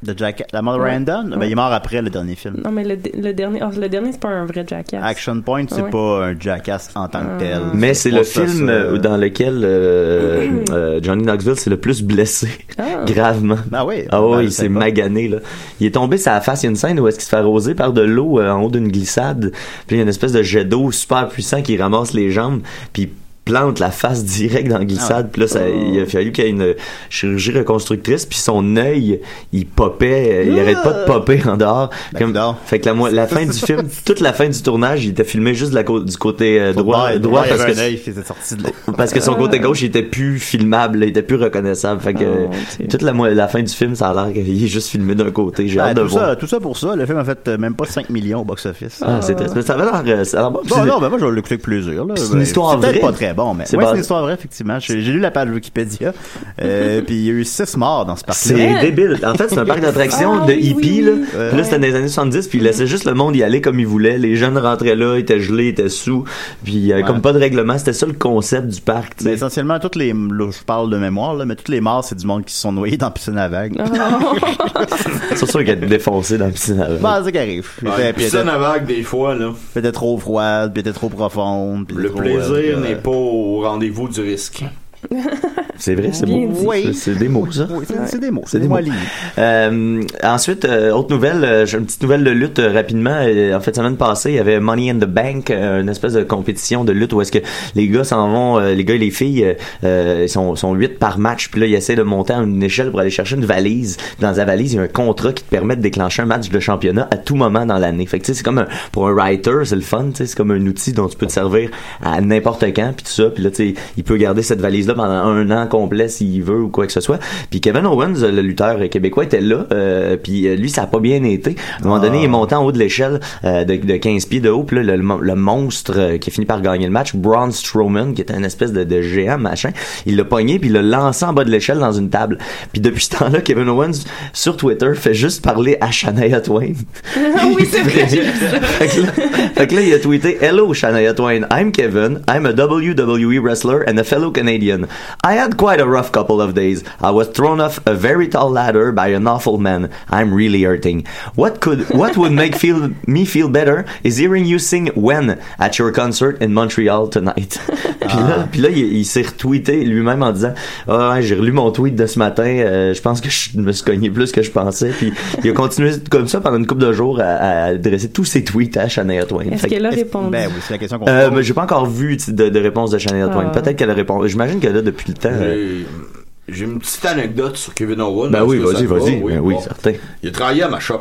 E: De Jack... La mort de Ryan
F: Ouais.
E: Dunn, ben,
F: Ouais.
E: il est mort après le dernier film.
F: Non, mais le, le dernier. ah, le dernier, c'est pas un vrai Jackass.
E: Action Point, c'est
F: Ouais.
E: pas un jackass en tant que tel.
G: Mais c'est le
E: pas ça,
G: film
E: ça.
G: euh, dans lequel euh, euh, Johnny Knoxville s'est le plus blessé
F: Ah.
G: (laughs) gravement.
E: Ah oui.
G: Ah
E: Ben,
G: oui,
E: je
G: il
E: sais
G: s'est
E: pas.
G: magané là. Il est tombé sa face, il y a une scène où est-ce qu'il se fait arroser par de l'eau euh, en haut d'une glissade. Puis il y a une espèce de jet d'eau super puissant qui ramasse les jambes, puis il plante la face (laughs) direct
E: Ah
G: dans la glissade. Puis là, ça,
E: Oh.
G: il a fallu qu'il y ait une chirurgie reconstructrice, puis son œil, il popait, euh, il arrête pas de
E: Ah.
G: popper en dehors.
E: Ben, coudonc.
G: fait que
E: (laughs)
G: la, mo- la fin du film, toute la fin du tournage, il était filmé juste de la cô- du côté euh, droit,
E: Ouais,
G: droit
E: il y
G: parce
E: avait
G: que
E: un œil Ah. qui était sorti de là.
G: parce que son côté gauche, il était plus filmable, là, il était plus reconnaissable. Fait que
F: Ah, ok.
G: euh, toute la, mo- la fin du film, ça a l'air qu'il est juste filmé d'un côté. J'ai
E: Ben,
G: hâte de
E: tout,
G: voir.
E: ça, tout ça pour ça, le film a fait euh, même pas 5 millions au box-office.
G: Ah, c'est triste. Mais ça avait l'air. euh, ça a l'air bon. Puis
E: Non,
G: c'est-
E: non, ben moi je vais le cliquer plaisir. là.
G: Puis c'est
E: Ben,
G: une histoire
E: C'est peut-être
G: vraie.
E: pas très bon, mais
G: C'est
E: ouais,
G: bas-
E: c'est une histoire vraie, effectivement. J'ai j'ai lu la page Wikipédia,
G: (laughs)
E: euh, puis il y a eu 6 morts dans ce parc-là.
G: C'est débile. En fait, c'est un parc d'attractions
F: Ah,
G: de
F: oui,
G: hippies.
F: oui.
G: Là,
F: Ouais.
G: Puis là c'était dans les années 70, puis ils laissaient juste le monde y aller comme ils voulaient. Les jeunes rentraient là, ils étaient gelés, ils étaient sous. Puis euh, comme pas de règlement, c'était ça le concept du parc. tu
E: Mais
G: sais.
E: essentiellement, toutes les. là, je parle de mémoire, là, mais toutes les morts, c'est du monde qui se sont noyés dans la piscine à vagues.
F: Ah.
G: C'est sûr qu'il était défoncé dans la piscine avant.
E: Bah, c'est qu'arrive. Puis
H: Ouais,
E: elle
H: puis
E: était-
H: ça, la vague, des fois, là.
E: elle était trop froide, puis elle était trop profonde. puis
H: Le
E: trop,
H: plaisir
E: euh,
H: n'est pas au rendez-vous du risque.
G: C'est vrai, c'est
F: Bien
G: beau.
F: dit.
E: Oui.
G: C'est- C'est des mots, ça.
E: Ah, Oui, c'est- c'est des mots.
G: C'est des
E: mots à
G: mots.
E: lire.
G: Euh, ensuite, euh, autre nouvelle, euh, j'ai une petite nouvelle de lutte euh, rapidement. Euh, en fait, semaine passée, il y avait Money in the Bank, euh, une espèce de compétition de lutte où est-ce que les gars s'en vont, euh, les gars et les filles, euh, euh, ils sont, sont 8 par match, puis là, ils essaient de monter à une échelle pour aller chercher une valise. Dans la valise, il y a un contrat qui te permet de déclencher un match de championnat à tout moment dans l'année. Fait que, tu sais, c'est comme un, pour un writer, c'est le fun, tu sais, c'est comme un outil dont tu peux te servir à n'importe quand, puis tout ça. Puis là, tu sais, il peut garder cette valise-là pendant un an complet s'il veut ou quoi que ce soit. Puis Kevin Owens, euh, le lutteur euh, québécois, était là. euh, puis euh, lui, ça a pas bien été. À un moment donné, il est monté en haut de l'échelle euh, de, de 15 pieds de haut. Puis là, le, le mon- le monstre euh, qui a fini par gagner le match, Braun Strowman, qui était un espèce de, de géant, machin, il l'a pogné puis il l'a lancé en bas de l'échelle dans une table. Puis depuis ce temps-là, Kevin Owens, sur Twitter, fait juste parler à Shania Twain.
F: oui, c'est vrai, j'ai vu
G: fait, que là, fait que là, il a tweeté Hello Shania Twain, I'm Kevin, I'm a WWE wrestler and a fellow Canadian. I had quite a rough couple of days. I was thrown off a very tall ladder by an awful man. I'm really hurting. What could what would make feel me feel better is hearing you sing When at your concert in Montreal (laughs) tonight. puis, là, puis là, il, il s'est retweeté lui-même en disant Ah, ouais, j'ai relu mon tweet de ce matin, euh, je pense que je me suis cogné plus que je pensais. Puis il a continué comme ça pendant une couple de jours à, à adresser tous ses tweets à Shania Twain.
F: Est-ce
G: Fait que-
F: qu'elle a répondu?
E: Ben oui, c'est la question qu'on
G: euh,
E: se
G: mais
E: pose.
G: j'ai pas encore vu tu sais, de, de réponse de Shania Twain.
F: Ah.
G: Peut-être qu'elle a répondu. J'imagine que là, depuis le temps. euh,
H: J'ai- J'ai une petite anecdote sur Kevin Owens.
G: Ben
H: Est-ce
G: oui,
H: que ça
G: vas-y,
H: te va?
G: vas-y. Ben oui,
H: bon.
G: certain.
H: Il a travaillé à ma shop.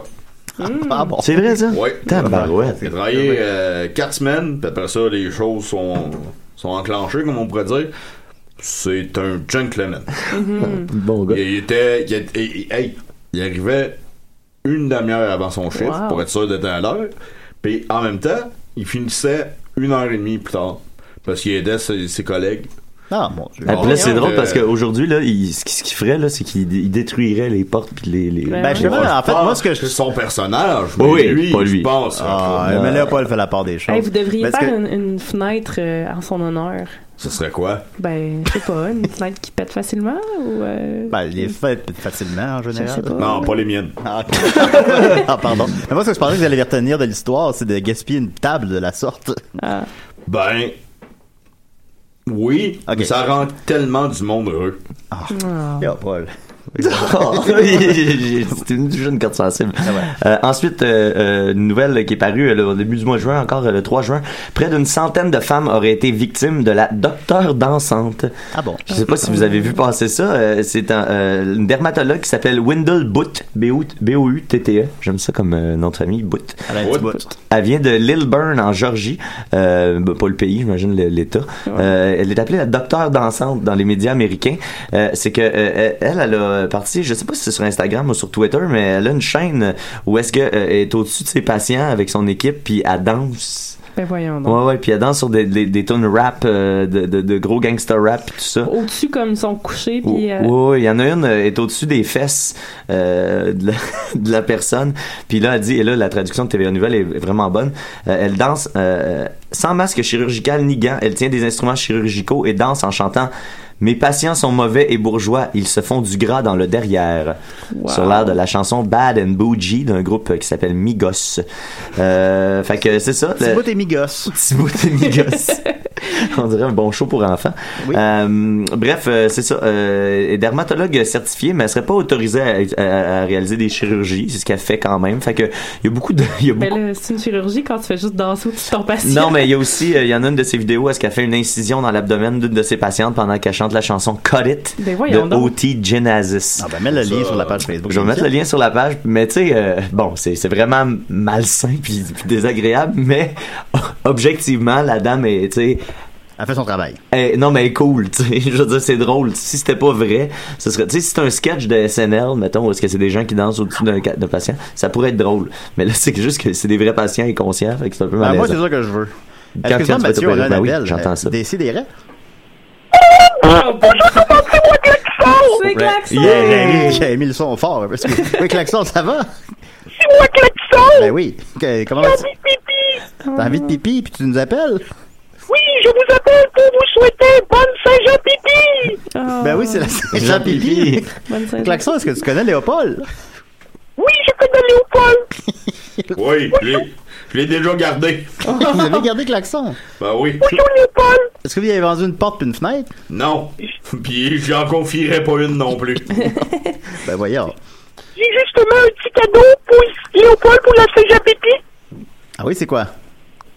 E: Ah bon.
G: C'est vrai, ça?
H: Oui.
G: Tabarouette.
H: Il a travaillé euh, quatre semaines, puis après ça, les choses sont, sont enclenchées, comme on pourrait dire. C'est un gentleman.
G: Bon gars.
H: Il, il était. Il, était- il- il- hey, il arrivait une demi-heure avant son chiffre
F: Wow.
H: pour être sûr d'être à l'heure. Puis en même temps, il finissait une heure et demie plus tard. Parce qu'il aidait ses, ses collègues.
E: Ah mon Dieu.
G: Ah, puis là, c'est
H: Voyons
G: drôle
H: que-
G: parce qu'aujourd'hui, là, il- ce qu'il ce qu'il ferait, là, c'est qu'il il détruirait les portes puis les. les... (laughs)
F: Ben,
E: Ben, je sais
H: Ouais,
E: pas, en
H: je
E: fait,
H: pense
E: moi, ce que je.
H: Son personnage.
G: Oui,
H: mais
G: oui,
H: lui,
G: pas lui.
H: Je pense.
E: Ah, mais là, Paul fait la part des choses.
F: Hey, vous devriez
E: Parce
F: faire
E: que-
F: une, une fenêtre euh, en son honneur.
H: Ce serait quoi?
F: Ben, je sais pas, une fenêtre qui pète facilement ou. euh,
E: Ben, il est fait facilement, en général.
F: sais pas.
H: Non, pas les miennes.
E: Ah, ok. (laughs) Ah, pardon. Mais moi, ce que je pensais que vous allez retenir de l'histoire, c'est de gaspiller une table de la sorte.
F: ah.
H: Ben. Oui,
E: Ok.
H: mais ça rend tellement du monde heureux.
F: Ah.
E: Yo, Paul.
G: Ah, c'est une jeune carte sensible. Euh, ensuite, euh, euh, une nouvelle qui est parue euh, le- au début du mois de juin, encore euh, le 3 juin, près d'une centaine de femmes auraient été victimes de la docteur dansante.
E: Ah bon.
G: Je sais pas si vous avez vu passer ça. euh, c'est un, euh, une dermatologue qui s'appelle Wendell Boot, B-O-U-T-T-E. E. J'aime ça comme euh, nom de famille, Boot.
F: Ah.
E: Elle a un petit bout.
G: Elle vient de Lilburn en Georgie, euh, ben, pas le pays, j'imagine le- l'État. Euh, elle est appelée la docteur dansante dans les médias américains. Euh, c'est que euh, elle, elle a parti, je sais pas si c'est sur Instagram ou sur Twitter, mais elle a une chaîne où est-ce que euh, elle est au-dessus de ses patients avec son équipe puis elle danse.
F: Ben, voyons donc.
G: Ouais ouais, puis elle danse sur des des, des tunes rap, euh, de, de, de gros gangster rap puis tout ça.
F: Au-dessus, comme ils sont couchés,
G: Oui,
F: puis. euh,
G: oui, il y en a une euh, est au-dessus des fesses euh, de, la, (laughs) de la personne. Puis là, elle dit, et là, la traduction de TVA Nouvelle est vraiment bonne. Euh, elle danse euh, sans masque chirurgical ni gants. Elle tient des instruments chirurgicaux et danse en chantant Mes patients sont mauvais et bourgeois. Ils se font du gras dans le derrière.
F: Wow.
G: Sur l'air de la chanson Bad and Bougie d'un groupe qui s'appelle Migos. Euh, fait que c'est ça.
E: Petit
G: le-
E: bout et migos.
G: Thibaut et Migos.
E: (laughs)
G: On dirait un bon show pour enfants.
E: Oui.
G: Euh, bref, euh, c'est ça. Euh, est dermatologue certifiée, mais elle serait pas autorisée à, à- à réaliser des chirurgies. C'est ce qu'elle fait quand même. Fait que il y a beaucoup de. il y a
F: Ben
G: beaucoup-
F: là, c'est une chirurgie quand tu fais juste danser au-dessus de ton patient.
G: Non, mais il y a aussi, euh, il y en a une de ses vidéos où est-ce qu'elle fait une incision dans l'abdomen d'une de ses patientes pendant qu'elle chante la chanson Cut It
F: (laughs) Ben
G: de
F: voyons donc.
G: O.T. Genesis.
E: Ah ben, mets le lien
H: Ça-
E: sur la page Facebook.
G: Je vais mettre le lien sur la page, mais tu sais, euh, bon, c'est c'est vraiment malsain puis, puis désagréable, mais (laughs) objectivement, la dame est, tu sais,
E: Elle fait son travail.
G: Eh, non, mais elle est cool, (laughs) tu sais. Je veux dire, c'est drôle. Si c'était pas vrai, ce serait, tu sais, si c'est un sketch de SNL, mettons, où est-ce que c'est des gens qui dansent au-dessus d'un ca- d'un patient, ça pourrait être drôle. Mais là, (laughs) c'est que juste que c'est des vrais patients inconscients, fait que c'est un
E: Ben,
G: peu
E: moi,
G: malaisant.
E: c'est ça que je veux.
G: Quand tu vas
E: Excuse-moi, Mathieu, on
G: t'opérer,
E: a un
G: ben oui,
E: appel.
G: j'entends
E: Euh,
G: ça.
E: Décidérez.
I: Ah, ben,
F: C'est klaxon!
E: Yeah, j'avais mis- J'avais mis le son fort. hein, Parce (laughs) que... Oui, Klaxon, ça va? C'est moi, Klaxon! Ben oui. Que- comment J'ai envie de pipi! T'as envie de pipi, puis tu nous appelles?
F: Ah,
E: Ben oui, c'est la Saint-Jean pipi.
F: bonne saison.
E: Klaxon, est-ce que tu connais Léopold?
H: Oui, lui, Je l'ai déjà gardé.
E: vous avez gardé klaxon.
H: Ben oui.
E: Est-ce que vous avez vendu une porte puis une fenêtre?
H: Non. Puis j'en confierai pas une non
E: (laughs)
H: plus.
E: Ben voyons.
I: J'ai justement un petit cadeau pour Léopold pour la CGPP.
E: Ah oui, c'est quoi?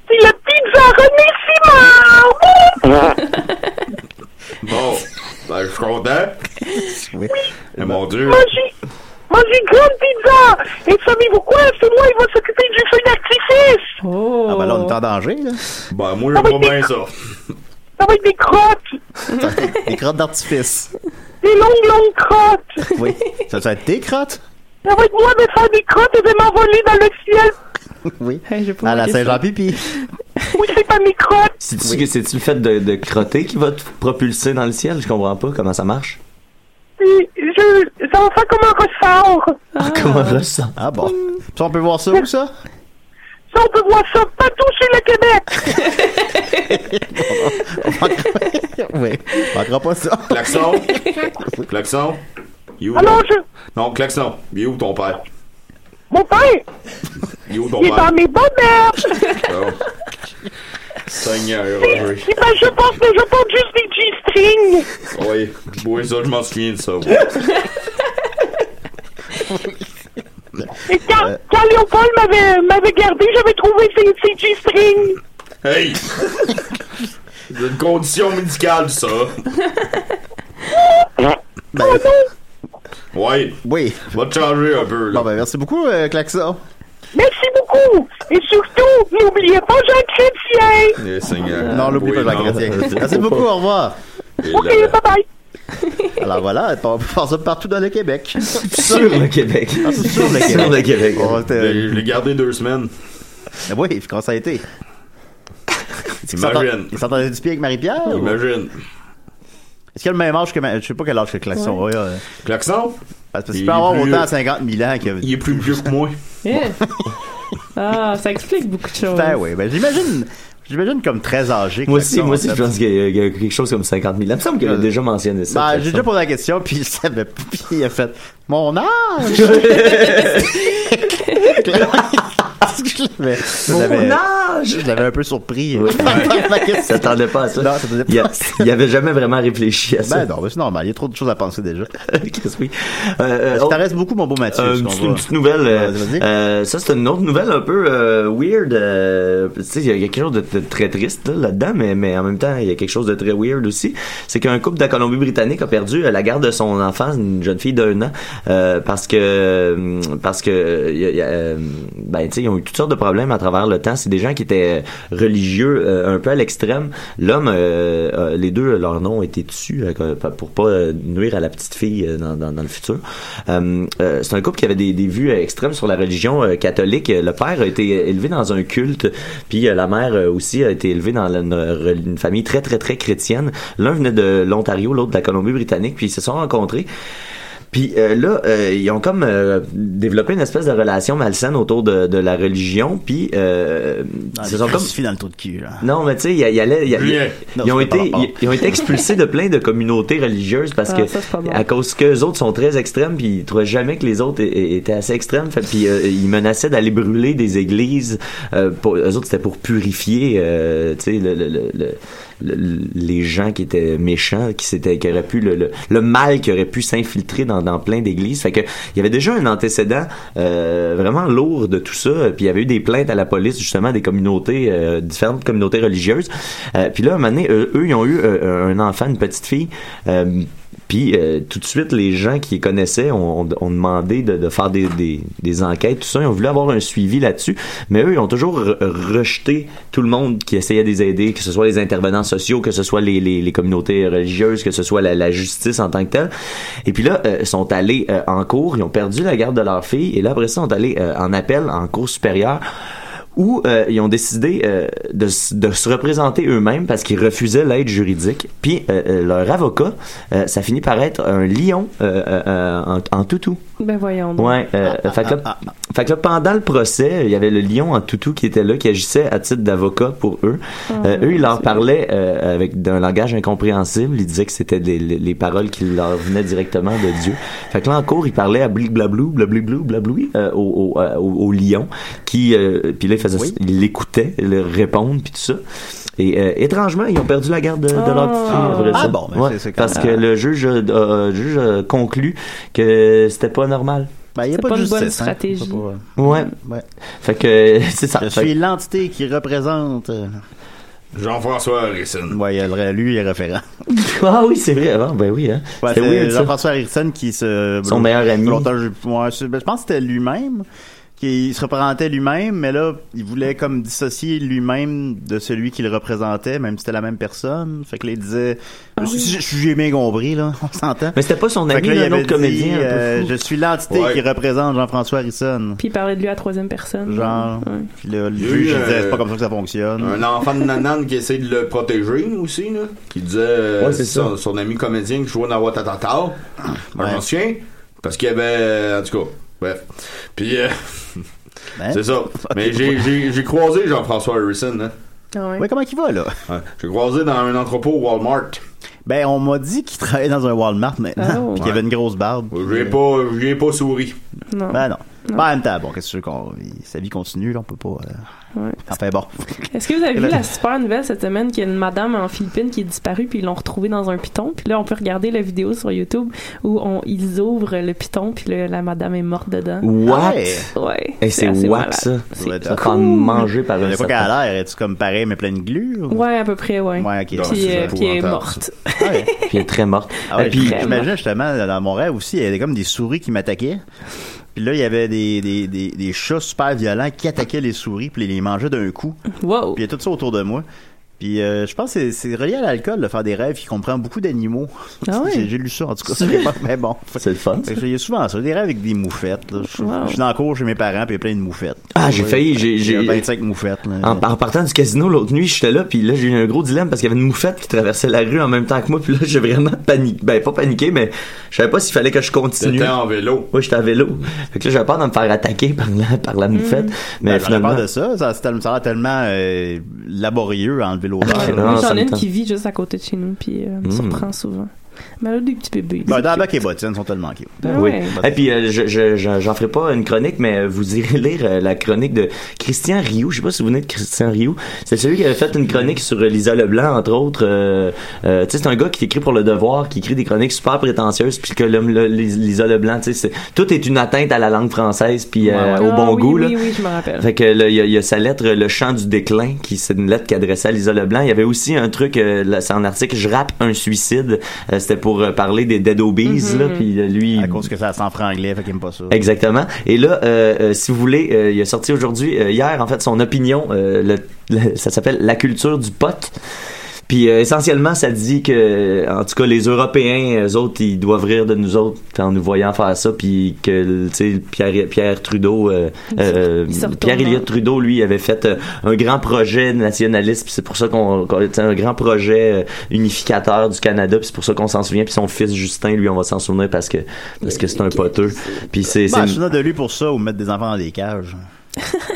I: C'est la pizza remerciement.
H: Bon. Ben je suis content.
E: Oui. ben.
H: Mais mon Dieu.
I: Mangez, mangez une grande pizza. Et savez-vous quoi? C'est moi, il va s'occuper du feu d'artifice.
F: Oh!
E: Ah ben là, on est en danger, (laughs) là.
H: Ben moi j'aime pas bien ça.
I: Ça va être des crottes.
E: Des crottes d'artifice.
I: Des longues, longues crottes.
E: Oui. Ça va être tes crottes?
I: Ça va être moi de faire des crottes et de m'envoler dans le
G: (laughs)
I: ciel.
E: Oui.
F: Hey, j'ai pas
E: À la
F: remarqué ça.
E: Saint-Jean-Pipi.
I: Oui, c'est pas mes crottes.
G: C'est-tu c'est-tu le fait de, de crotter qui va te propulser dans le ciel? Je comprends pas comment ça marche.
I: Et je, ça va faire comme un ressort.
G: Ah, (laughs) comment ça? sent?
E: Ah bon. Ça, on peut voir ça où, ça?
I: Ça, on peut voir ça partout sur le Québec.
E: Oui. Manquera pas ça.
H: Klaxon. Klaxon. Il est où,
I: Alors,
H: ton-
I: je,
H: Non, Klaxon. Il est où ton père?
I: mon père,
H: Il est où ton
I: il est
H: père?
I: dans mes bobettes.
H: Oh. Seigneur, oui.
I: Eh ben, je pense que je porte juste des G-strings.
H: Oui, oui, ça, je m'en souviens de ça. oui.
I: Et quand, quand Léopold m'avait, m'avait gardé, j'avais trouvé ces, ces G-strings.
H: Hey! C'est une condition médicale, ça.
E: Ben,
H: Ouais,
E: oui.
H: va te changer un peu, là.
E: Bon, ben, merci beaucoup, euh, Klaxon.
I: Merci beaucoup. Et surtout, n'oubliez pas Jean Chrétien.
H: Eh, Seigneur.
E: ben, non, l'oublie pas,
H: Oui, non.
E: Jacques Chrétien. Merci beaucoup, au revoir.
H: Et
I: OK,
H: là,
I: bye-bye.
E: Alors voilà, on peut faire ça partout dans le Québec.
G: Sur le Québec.
E: Sur le Québec.
G: Sur le Québec.
E: On va te-
H: Je je l'ai gardé deux semaines.
E: Oui, puis comment ça a été?
H: Imagine.
E: Il s'entend- Il s'entendait du pied avec Marie-Pierre?
H: Oh.
E: ou-
H: Imagine.
E: Est-ce qu'il a le même âge que... Ma... Je sais pas quel âge que Klaxon a. euh,
H: Klaxon,
E: Parce que
H: Il
E: tu
H: est
E: peux avoir
H: plus
E: autant à
H: vieux.
E: 50 000 ans que...
H: il est plus vieux que moi. (laughs)
G: (laughs)
F: Eh. Ah, ça explique beaucoup de choses.
E: Ben oui, ben j'imagine... J'imagine comme très âgé.
G: (laughs) Moi
E: Klaxon,
G: aussi, moi
E: en
G: aussi,
E: fait.
G: je pense qu'il y, a- il y a quelque chose comme 50 000. Il me semble qu'il a déjà mentionné ça.
E: Ben,
G: Klaxon.
E: j'ai déjà posé la question, puis il savait pas, puis il a fait Mon
G: (laughs)
E: âge! Je l'avais- je l'avais- Je l'avais un peu surpris. (laughs)
G: Oui.
E: Ma question.
G: Il s'attendait pas à ça.
E: Non, ça faisait
G: il,
E: pas.
G: a- (laughs) il avait jamais vraiment réfléchi à ça. (laughs)
E: Ben non, mais c'est normal, il y a trop de choses à penser déjà.
G: Chris, oui. Euh, euh,
E: Ça
G: oh,
E: t'arrête beaucoup, mon beau Mathieu.
G: euh,
E: ce
G: une,
E: qu'on
G: petite-
E: voit.
G: une petite nouvelle. euh,
E: Vas-y, vas-y.
G: euh, ça, c'est une autre nouvelle un peu euh, weird. euh, tu sais, il y a il y a quelque chose de, de très triste là, là-dedans, mais, mais en même temps, il y a quelque chose de très weird aussi. C'est qu'un couple de la Colombie-Britannique a perdu euh, la garde de son enfant, une jeune fille d'un an, euh, parce que euh, parce que il y a- il y a, euh, ben, tu sais, ils ont eu toutes sortes de problèmes à travers le temps. C'est des gens qui étaient religieux euh, un peu à l'extrême. L'homme, euh, euh, les deux, leurs noms ont été dessus euh, pour pas euh, nuire à la petite fille euh, dans, dans, dans le futur. Euh, euh, c'est un couple qui avait des, des vues euh, extrêmes sur la religion euh, catholique. Euh, Le père a été euh, élevé dans un culte, puis euh, la mère euh, aussi a été élevée dans la- une, re- une famille très très très chrétienne. L'un venait de l'Ontario, l'autre de la Colombie-Britannique, puis ils se sont rencontrés. Puis euh, là, euh, ils ont comme euh, développé une espèce de relation malsaine autour de, de la religion. Puis euh,
E: Ah,
G: ils
E: j'ai
G: se sont comme
E: crucifié dans le trou de cul, là.
G: non, mais tu sais, il y, a- il y allait- il y a-
H: Julien.
E: Non,
G: ils ont
E: c'est pas
G: été,
E: par rapport.
G: ils, ils ont été expulsés de plein de communautés religieuses parce
F: Ah,
G: que
F: ça, c'est pas bon.
G: à cause que les autres sont très extrêmes, puis ils trouvaient jamais que les autres é- é- étaient assez extrêmes, fait, puis euh, ils menaçaient d'aller brûler des églises. Euh, pour, eux autres, c'était pour purifier, euh, tu sais, le, le- le- le- le- les gens qui étaient méchants, qui s'étaient, qui auraient pu le, le- le mal qui aurait pu s'infiltrer dans, dans plein d'églises. Fait que il y avait déjà un antécédent euh, vraiment lourd de tout ça. Puis il y avait eu des plaintes à la police justement des communautés euh, différentes communautés religieuses. Euh, puis là, un moment donné, eux, eux, ils ont eu euh, un enfant, une petite fille. euh, puis euh, tout de suite, les gens qui les connaissaient ont, ont- ont demandé de, de faire des, des- des enquêtes, tout ça. Ils ont voulu avoir un suivi là-dessus. Mais eux, ils ont toujours re- rejeté tout le monde qui essayait de les aider, que ce soit les intervenants sociaux, que ce soit les, les- les communautés religieuses, que ce soit la, la justice en tant que telle. Et puis là, euh, ils sont allés euh, en cours, ils ont perdu la garde de leur fille. Et là, après ça, ils sont allés euh, en appel, en cours supérieure où euh, ils ont décidé euh, de, s- de se représenter eux-mêmes parce qu'ils refusaient l'aide juridique. Puis euh, euh, leur avocat, euh, ça finit par être un lion euh, euh, euh, en, en toutou.
F: Ben voyons. donc.
G: Ouais, euh, fait, que là, fait que là, pendant le procès, il y avait le lion en toutou qui était là, qui agissait à titre d'avocat pour eux.
F: Ah,
G: Euh,
E: Ah,
G: eux, ils leur parlaient euh, avec d'un langage incompréhensible. Ils disaient que c'était des- les, les paroles qui leur venaient directement de Dieu. Fait que là, en cours, ils parlaient à bliblablou, blablablou, blabloui euh, au, au, euh, au- au lion. Qui, euh, puis là, ils, faisaient, ils l'écoutaient, ils leur répondent, puis tout ça. Et euh, étrangement, ils ont perdu la garde de, de leur petite fille. après
E: Ah
G: ça.
E: bon, ben,
G: Ouais,
E: c'est- c'est quand
G: parce
E: même-
G: que le juge, euh, euh, juge euh, conclut que c'était pas normal.
E: Ben, il n'y a
F: C'est
E: pas,
F: pas
E: de
F: une bonne
E: justice. hein.
F: stratégie.
E: C'est pas-
G: Ouais.
E: Ouais.
G: Fait que (laughs) c'est ça.
E: Je
G: Ah, Fait
E: suis
G: que-
E: l'entité qui représente. euh,
H: Jean-François Harrison.
E: Ouais, il y a le- lui, il est référent.
G: Ah oui, c'est vrai. Ah, ben oui, hein.
E: Ouais,
G: C'était
E: c'est
G: weird, ça.
E: Jean-François Harrison qui se.
G: Son meilleur ami.
E: Longtemps, je, ouais, je- ben, je pense que c'était lui-même. Qui se représentait lui-même, mais là, il voulait comme dissocier lui-même de celui qu'il représentait, même si c'était la même personne. Fait que là, il disait. je- je- je- J'ai bien compris, là. (laughs) On s'entend.
G: Mais c'était pas son
E: Fait
G: ami,
E: que là, il
G: un
E: avait
G: autre
E: dit,
G: comédien. un peu
E: euh,
G: fou.
E: je suis l'entité
H: Ouais.
E: qui représente Jean-François Harrison.
F: Puis il parlait de lui à la troisième personne.
E: Genre.
F: Ouais.
E: Puis là, le
H: Il y a
E: juge,
H: eu,
E: il disait,
H: euh,
E: c'est pas comme ça que ça fonctionne.
H: Un enfant de Nanan qui essaie de le protéger aussi, là. Qui disait euh,
G: Ouais, c'est
H: son, son ami comédien qui jouait dans Watatata.
E: Ouais.
H: Un ancien. Parce qu'il y avait. euh, en tout cas, bref. Puis, euh,
E: Hein?
H: c'est ça. Mais j'ai- j'ai j'ai croisé Jean-François Harrison, hein.
F: Ah ouais.
E: Ouais, comment qu'il va, là?
H: Ouais. J'ai croisé dans un entrepôt Walmart.
E: Ben, on m'a dit qu'il travaillait dans un Walmart maintenant,
F: Oh.
E: puis qu'il avait une grosse barbe.
H: J'ai pas, j'ai pas souri.
F: Non.
E: Ben non. Ben, en même temps, bon, qu'est-ce que tu veux qu'on. il- Sa vie continue, là, on peut pas. euh,
F: Ouais.
E: Enfin bon.
F: Est-ce que vous avez
E: Là-
F: vu la super nouvelle cette semaine qu'il y a une madame en Philippines qui est disparue puis ils l'ont retrouvée dans un piton puis là on peut regarder la vidéo sur YouTube où on, ils ouvrent le piton puis là, la madame est morte dedans.
G: What?
E: Ah Ouais.
F: Ouais.
G: Hey, c'est
F: assez
G: whack,
F: malade.
G: ça.
F: C'est-
E: Ouais,
G: Ça
E: t'as-
G: fait manger par un
E: La fois qu'elle
G: serpent.
E: a l'air, est-tu comme pareil, mais pleine de glu? ou-
F: Ouais, à peu près, ouais.
E: Ouais, ok. Ah
H: Non,
F: Puis,
H: c'est
F: euh, puis elle est
H: épouvantable,
F: morte.
E: Ouais.
G: Puis elle est très morte.
E: Ah ouais,
G: Et puis,
E: puis j'imagine justement dans mon rêve aussi, il y avait comme des souris qui m'attaquaient. Puis là, il y avait des, des, des, des chats super violents qui attaquaient les souris puis les- les mangeaient d'un coup.
F: Wow.
E: Puis il y a tout ça autour de moi. Puis euh, je pense que c'est- c'est relié à l'alcool de faire des rêves qui comprennent beaucoup d'animaux.
F: Ah ouais?
E: J'ai- J'ai lu ça en tout
F: (laughs)
E: cas. C'est pas- Mais bon.
G: c'est le fun.
E: Fait que Il y a souvent ça, des rêves avec des moufettes. là. Je,
F: Wow.
E: je suis dans la cour chez mes parents, puis il y a plein de moufettes.
G: Ah, j'ai
E: Ouais.
G: failli, j'ai-
E: Il y a
G: j'ai-
E: 25 moufettes. là.
G: En, en partant du casino l'autre nuit, j'étais là, puis là j'ai eu un gros dilemme parce qu'il y avait une moufette qui traversait la rue en même temps que moi, (laughs) puis là j'ai vraiment paniqué. Ben pas paniqué, mais je savais pas s'il fallait que je continue.
H: T'étais en vélo.
G: Moi j'étais à vélo. Fait que là j'avais peur de me faire attaquer par la, par la moufette.
E: Ben,
G: Mais
E: j'en ai
G: finalement.
E: peur de ça, ça, c'est tellement- ça a l'air tellement euh, laborieux à enlever l'odeur.
G: Ouais.
F: Moi,
G: Non, ça
F: j'en
G: me
F: ai une
G: tente. Mm.
F: qui vit juste à côté de chez nous puis euh, elle me surprend souvent. Mais elle a des petits bébés.
E: Ben, dans la bac et bottines sont tellement cute.
F: Ah
G: oui.
F: ouais.
G: Et puis, euh, je, je- je- j'en ferai pas une chronique, mais vous irez lire euh, la chronique de Christian Rioux. Je sais pas si vous venez de Christian Rioux. C'est celui qui avait fait une chronique sur euh, Lisa Leblanc, entre autres. euh, euh, tu sais, c'est un gars qui écrit pour Le Devoir, qui écrit des chroniques super prétentieuses, puis que l'homme, le- Lis- Lisa Leblanc, tu sais, c'est- tout est une atteinte à la langue française, puis euh, au
F: Ah,
G: bon
F: oui,
G: goût, là.
F: Oui, oui, je me rappelle.
G: Fait que là, il y, a- il y a sa lettre, Le chant du déclin, qui c'est une lettre qu'adressait à Lisa Leblanc. Il y avait aussi un truc, euh, là, c'est en article, Je rappe un suicide. Euh, C'était pour euh, parler des dead
F: Mm-hmm.
G: obese, là, puis euh, lui...
E: À
G: il-
E: cause que ça sent franglais, fait qu'il aime pas ça.
G: Exactement. Et là, euh, euh, si vous voulez, euh, il a sorti aujourd'hui, euh, hier, en fait, son opinion. euh, le- le- ça s'appelle La culture du pote. Puis euh, essentiellement, ça dit que, en tout cas, les Européens, eux autres, ils doivent rire de nous autres en nous voyant faire ça. Puis que, tu sais, Pierre, Pierre Trudeau, euh,
F: Il se-
G: euh,
F: il se retourne
G: Pierre Elliott
F: en-
G: Trudeau, lui, avait fait euh, un grand projet nationaliste. Puis c'est pour ça qu'on, qu'on- tu sais, un grand projet euh, unificateur du Canada. Puis c'est pour ça qu'on s'en souvient. Puis son fils Justin, lui, on va s'en souvenir parce que parce que c'est un poteux. Puis c'est,
E: Ben,
G: c'est-
E: je suis là de lui pour ça ou mettre des enfants dans des cages.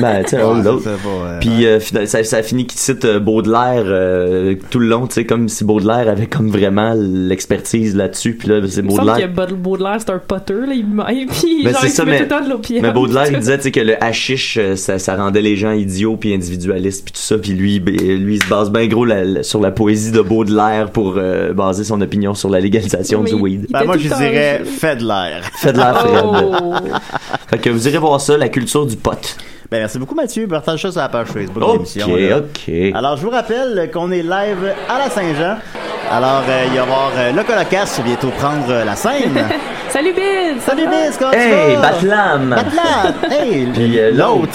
G: ben, tu sais, un ou
E: Ouais,
G: l'autre.
E: Ah, c'est ça, pas, euh,
G: Puis euh, fina- ça, ça finit qu'il cite euh, Baudelaire euh, tout le long, tu sais, comme si Baudelaire avait comme vraiment l'expertise là-dessus. Puis là, c'est
F: Il me semble que
G: Baudelaire.
F: Baud- Baudelaire, c'est un poteur, là. (laughs) Il, me- puis,
G: Mais
F: genre,
G: Ben, c'est
F: il
G: ça,
F: se met
G: mais-
F: tout le temps de l'opium.
G: Mais Baudelaire,
F: (laughs)
G: il disait tu sais, que le hashish, euh, ça, ça rendait les gens idiots puis individualistes puis tout ça. Puis lui, ben, lui, il se base bien gros la- la- sur la poésie de Baudelaire pour euh, baser son opinion sur la légalisation
F: Mais
G: du
F: il-
G: weed.
F: il-
E: Ben,
F: était
E: moi,
F: tout
E: je
F: le temps-
E: dirais, fais de l'air.
G: Fait de la Fred.
F: Oh!
G: Fait que vous irez voir ça, la culture du pote.
E: Ben, merci beaucoup, Mathieu. Partage ça sur la page Facebook de
G: Ok,
E: l'émission. là.
G: ok.
E: Alors, je vous rappelle qu'on est live à la Saint-Jean. Alors, euh, il va y avoir euh, le colocasse bientôt prendre euh, la scène.
G: (laughs)
F: Salut, Bill! Ça
E: Salut,
F: va?
E: Biz, comment
G: Hey,
E: tu vas?
G: Batlam!
E: Batlam! Hey,
G: Puis euh,
E: l'autre!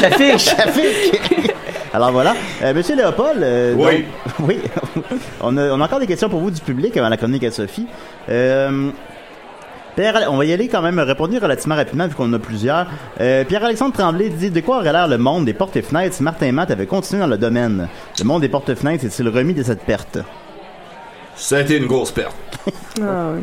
E: (laughs)
G: j'affiche!
E: Chafik. Alors voilà. Euh, Monsieur Léopold. euh,
H: Oui.
E: donc- (laughs) oui. on, a, on a encore des questions pour vous du public avant la chronique à Sophie. Euh, Pierre, on va y aller quand même, répondre relativement rapidement vu qu'on en a plusieurs. Euh, Pierre-Alexandre Tremblay dit De quoi aurait l'air le monde des portes et fenêtres si Martin Matt avait continué dans le domaine Le monde des portes et fenêtres est-il remis de cette perte
H: Ça a été une grosse perte.
F: Ah, ouais.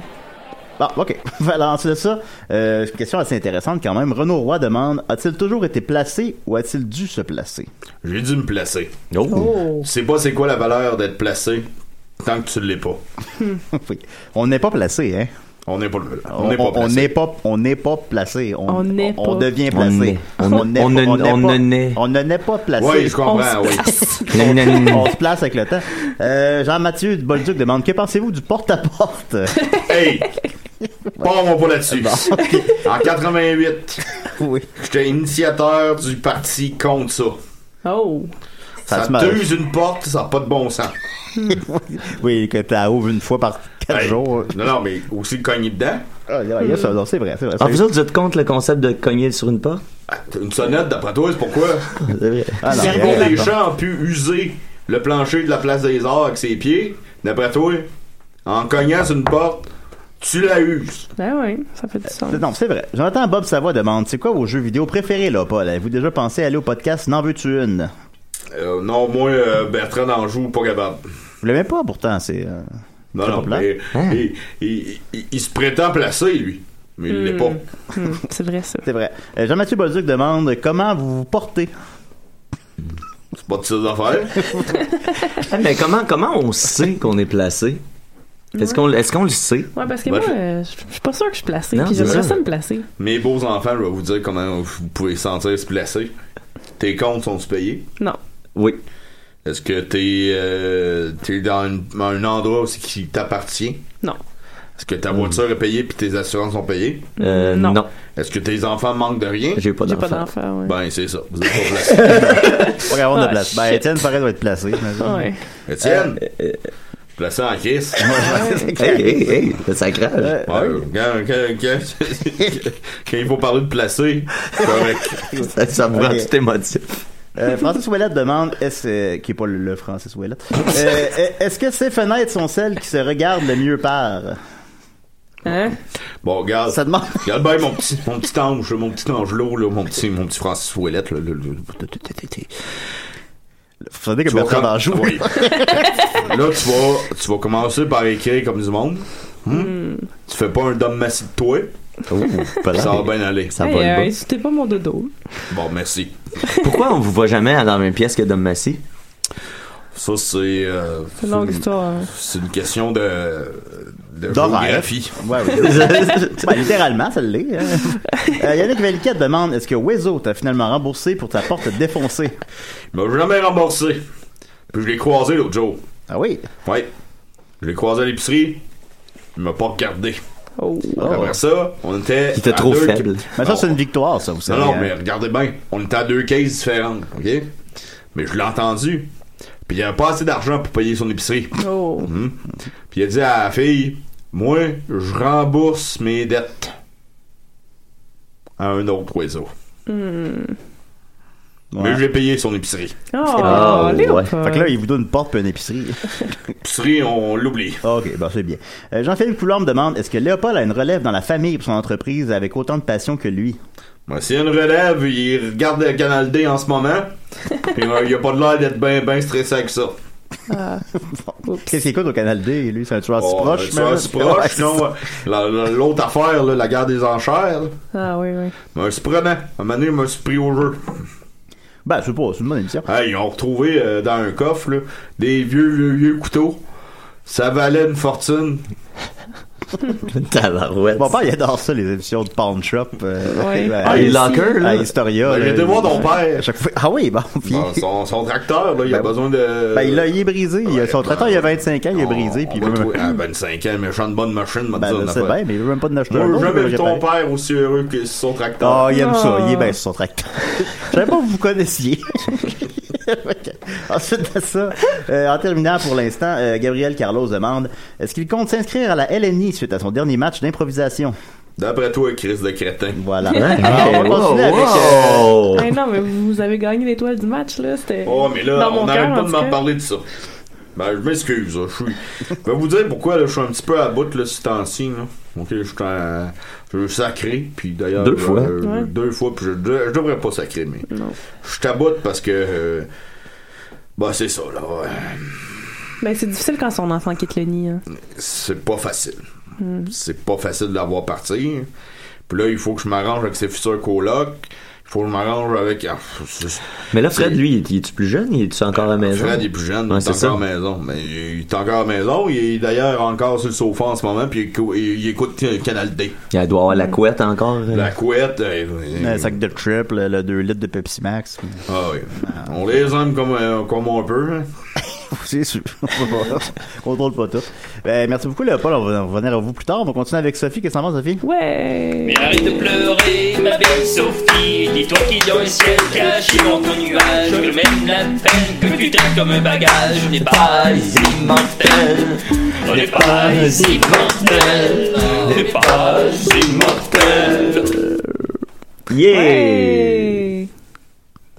E: Bon, OK. (laughs) Alors, ensuite de ça, euh, une question assez intéressante quand même. Renaud Roy demande A-t-il toujours été placé ou a-t-il dû se placer (laughs)
H: J'ai dû me placer.
F: Oh.
H: Tu sais pas c'est quoi la valeur d'être placé tant que tu l'es pas.
E: Oui. On n'est pas placé, hein
H: On n'est pas le-
E: on
H: On n'est pas
E: on
H: placé.
E: n'est pas, on n'est pas placé. On,
F: On n'est
E: on- on
F: pas.
E: devient
G: On
E: placé.
G: n'est- on-
E: n'est
G: on
E: pas-
G: ne-
E: n'est
G: on
E: pas-
G: ne n'est-
E: on ne n'est pas placé.
H: Oui, je
F: On
H: comprends,
F: se
H: oui.
F: place.
G: Nan, nan, nan.
E: (laughs) on se place avec le temps. Euh, Jean-Mathieu de Bolduc demande Que pensez-vous du porte-à-porte
H: Hey! Parle-moi pas là-dessus. (laughs) En 88,
E: Oui.
H: j'étais initiateur du parti contre ça.
F: Oh.
E: Ça
H: Ça,
E: se meurt.
H: t'use une porte, ça n'a pas de bon sens.
E: Oui, que t'as ouvert une fois par quatre
H: Hey.
E: jours.
H: Non, non, mais aussi le cogner dedans.
E: Ah, il y a ça, non, c'est vrai, c'est vrai.
G: Ah,
E: C'est-
G: vous autres, vous êtes contre le concept de cogner sur une porte?
H: Ah, t'as Une sonnette, d'après toi, c'est pourquoi?
G: C'est vrai.
E: Ah, non,
H: Si
E: il y a-
H: bon, les gens ont pu user le plancher de la place des arts avec ses pieds, d'après toi, en cognant sur une porte, tu la uses.
F: Ben oui, ça fait du sens.
E: Non, c'est vrai. J'entends Bob Savoie demande C'est quoi vos jeux vidéo préférés, là, Paul Avez-vous déjà pensé à aller au podcast N'en veux-tu une
H: Euh, non, moi, euh, Bertrand en joue pas capable.
E: Vous l'aimez pas, pourtant, c'est. euh,
H: Non,
E: C'est
H: non,
E: pas plat. Hein?
H: mais il, il- il- il se prétend placé, lui. Mais il l'est pas.
F: Hmm, c'est vrai, ça.
E: C'est vrai. Euh, Jean-Mathieu Bolduc demande Comment vous vous portez
H: C'est pas de ses affaires.
G: Ah, Mais comment, comment on sait qu'on est placé? Est-ce qu'on est qu'on le sait?
F: Ouais, parce que
H: Ben,
F: moi,
H: je-
F: euh, je je suis pas sûr que je suis placé.
G: Non,
F: Puis
G: c'est
F: j'aimerais
G: ça.
F: ça me placer.
H: Mes beaux enfants, je vais vous dire comment vous pouvez sentir se placer. Tes comptes sont payés.
F: Non.
G: Oui.
H: Est-ce que t'es euh, t'es dans une- un endroit aussi qui t'appartient?
F: Non.
H: Est-ce que
E: Hmm.
H: ta voiture est payée puis tes assurances sont payées?
G: Euh,
F: Hmm, Non.
G: non.
H: Est-ce que tes enfants manquent de rien?
G: J'ai pas
F: J'ai pas
G: d'enfant.
F: d'enfant, ouais.
H: Ben, c'est ça. Vous êtes pas
E: (laughs)
H: placé.
E: Pas avoir de
F: Ah,
E: place. Ben,
F: shit.
E: Étienne paraît doit être placé. j'imagine.
F: Ah ouais.
H: Étienne,
E: Euh,
H: placé en crise.
E: C'est clair.
G: (laughs) Hey, hey, hey, le sacrage.
H: Ouais, quand, quand, quand- quand il faut parler de placer, c'est correct.
G: Ça, ça me rend
E: Ok.
G: tout émotif.
E: Euh, Francis Ouellette demande est-ce, euh, qui est pas le, le Francis Ouellette euh, Est-ce que ces fenêtres sont celles qui se regardent le mieux par
F: Hein?
H: Bon, regarde.
E: Ça demande.
H: Regarde bien mon petit, mon petit ange, mon petit angelot, là, mon petit, mon petit Francis Ouellette, là, le- le- le-
E: Faut dire que
H: Tu vas
E: Bertrand
H: comme-
E: en joue.
H: Oui. là, tu vas, tu vas commencer par écrire comme du monde. Hmm? Tu fais pas un dom massif de toi.
E: Oh,
H: Ça va bien aller.
G: Ça
F: Hey,
G: va
F: euh,
G: le bas.
F: insultez pas mon dodo.
H: Bon, merci.
G: (laughs) Pourquoi on vous voit jamais dans la même pièce que Dom Massy?
H: Ça, c'est. euh,
F: C'est une
E: Hmm.
F: longue
H: une-
F: histoire.
H: C'est une question de. de
E: D'horaire.
H: géographie.
E: Ouais, oui.
F: (laughs)
E: Ben, littéralement, ça l'est. hein. Euh, Yannick Velquette demande est-ce que Wezo t'a finalement remboursé pour ta porte défoncée
H: Il m'a jamais remboursé. Puis je l'ai croisé l'autre jour.
E: Ah oui.
H: Ouais. Je l'ai croisé à l'épicerie. Il m'a pas regardé.
F: Oh.
E: Ah.
H: Après ça, on était.
G: Ah Il était
H: à
G: trop
H: deux-
G: faible.
E: Mais ça,
H: Non.
E: c'est une victoire, ça, vous
H: Oh. Non,
E: savez.
H: non,
E: hein.
H: mais regardez bien. On était à deux cases différentes, OK? Mais je l'ai entendu. Puis il avait pas assez d'argent pour payer son épicerie.
F: Oh.
H: Puis il a dit à la fille, moi, je rembourse mes dettes à un autre oiseau.
E: Ouais. Ah,
H: Mais j'ai payé son épicerie.
F: Oh, euh.
G: ouais.
F: Léopold.
E: Fait que là, il vous donne une porte puis une épicerie.
H: Épicerie, on l'oublie.
E: OK, bon, c'est bien. Euh, Jean-Philippe Coulomb me demande est-ce que Léopold a une relève dans la famille pour son entreprise avec autant de passion que lui
H: Moi, s'il y a une relève, il regarde le Canal D en ce
G: (laughs)
H: moment. Puis euh, il a pas de l'air d'être bien ben stressé avec ça.
E: Qu'est-ce qu'il écoute au Canal D, lui Ah, C'est un tueur si
H: Oh,
E: proche.
H: tu vois,
E: mais-
H: c'est
E: Ouais,
H: proche,
E: c'est
H: non,
E: ça.
H: euh, la- la- L'autre affaire, là, la guerre des enchères, là,
F: Ah oui, oui.
H: me suis prenant. Un moment donné, je me suis pris au jeu.
E: Ben, c'est pas, c'est une bonne émission.
H: Ah, ils ont retrouvé euh, dans un coffre là, des vieux, vieux, vieux couteaux. Ça valait une fortune.
G: Tabarouette.
E: Mon père, il adore ça, les émissions de Pawn Shop. euh, (laughs)
F: Ouais.
E: ben,
G: Ah,
E: à-
G: les
F: aussi.
G: lockers,
E: à
G: là.
E: Historia.
H: Ben,
E: là,
H: j'ai été
E: il-
H: voir ton
E: à
H: père.
E: chaque fois- Ah oui, bon, puis-
H: Bon, son, son tracteur, là, il a
E: Ben,
H: besoin de.
E: (laughs) ben, il, a, il est brisé. Il a- son
H: Ouais,
E: traiteur,
H: ben,
E: il a 25 ans, il est
H: On-
E: brisé.
H: on
E: Puis il
H: va
E: veut même-
H: trouver- Ah, 25 ans, méchant de bonne machine, m'a dit
E: ben,
H: ça,
E: là,
H: une
E: c'est
H: affaire.
E: bien, mais il veut même pas de l'acheter.
H: Moi,
E: un
H: j'ai
E: autre, il veut
H: jamais
E: le
H: vu ton
E: réparer.
H: père aussi heureux que sur son tracteur.
E: Ah, il aime ça. Il est
F: Ah.
E: bien sur son tracteur. Je savais pas que vous connaissiez. (laughs) Ok. Ensuite de ça, euh, en terminant pour l'instant, euh, Gabriel Carlos demande est-ce qu'il compte s'inscrire à la LNI suite à son dernier match d'improvisation
H: D'après toi, Chris de crétin.
E: Voilà. (laughs)
G: Hein?
E: Alors, on va
G: Wow,
E: continuer avec. euh,
G: wow.
F: Hey, non, mais vous vous avez gagné l'étoile du match, là. C'était.
H: Oh, mais là,
F: dans mon
H: on
F: cœur,
H: n'arrête pas
F: en
H: de
F: tout
H: m'en
F: cas.
H: parler de ça. Ben, je m'excuse, là, je suis. Je vais vous dire pourquoi, là, je suis un petit peu à bout, là, ce temps-ci, là. Ok, je suis un. Je suis sacré, puis d'ailleurs.
G: Deux
H: je-
G: fois.
H: euh,
F: Ouais.
H: Deux fois, puis je, je devrais pas sacrer, mais.
F: Non.
H: Je suis à bout parce que. euh, ben, c'est ça, là. ouais.
F: Ben, c'est difficile quand son enfant quitte le nid. hein.
H: C'est pas facile.
F: Hmm.
H: c'est pas facile de la voir partir. Puis là, il faut que je m'arrange avec ses futurs colocs. Il faut que je m'arrange avec. ah, c'est- c'est-
G: Mais là, Fred, lui, il est-tu plus jeune? Il est-tu encore à la maison?
H: Fred est plus jeune,
G: Ouais,
H: il est
G: c'est
H: encore
G: ça.
H: à la maison. Mais il est encore à la maison. Il est d'ailleurs encore sur le sofa en ce moment. Puis il écou- il, il écoute euh, Canal D.
G: Il doit avoir la couette encore. euh.
H: La couette. euh, euh,
E: Un sac de triple, le 2 litres de Pepsi Max.
H: ah oui. On les aime comme, euh, comme on peut. hein.
E: C'est sûr. On (laughs) contrôle pas tout. Ben, merci beaucoup, Léopold. On va revenir à vous plus tard. On va continuer avec Sophie. Qu'est-ce que t'en penses, Sophie?
F: Ouais!
J: Mais arrête de pleurer, ma belle Sophie. Dis-toi qu'il y a un ciel caché dans ton nuage. Que même la peine que tu traînes comme un bagage n'est pas immortel. On n'est pas immortel. On n'est pas immortel.
G: Yeah!
F: Hey!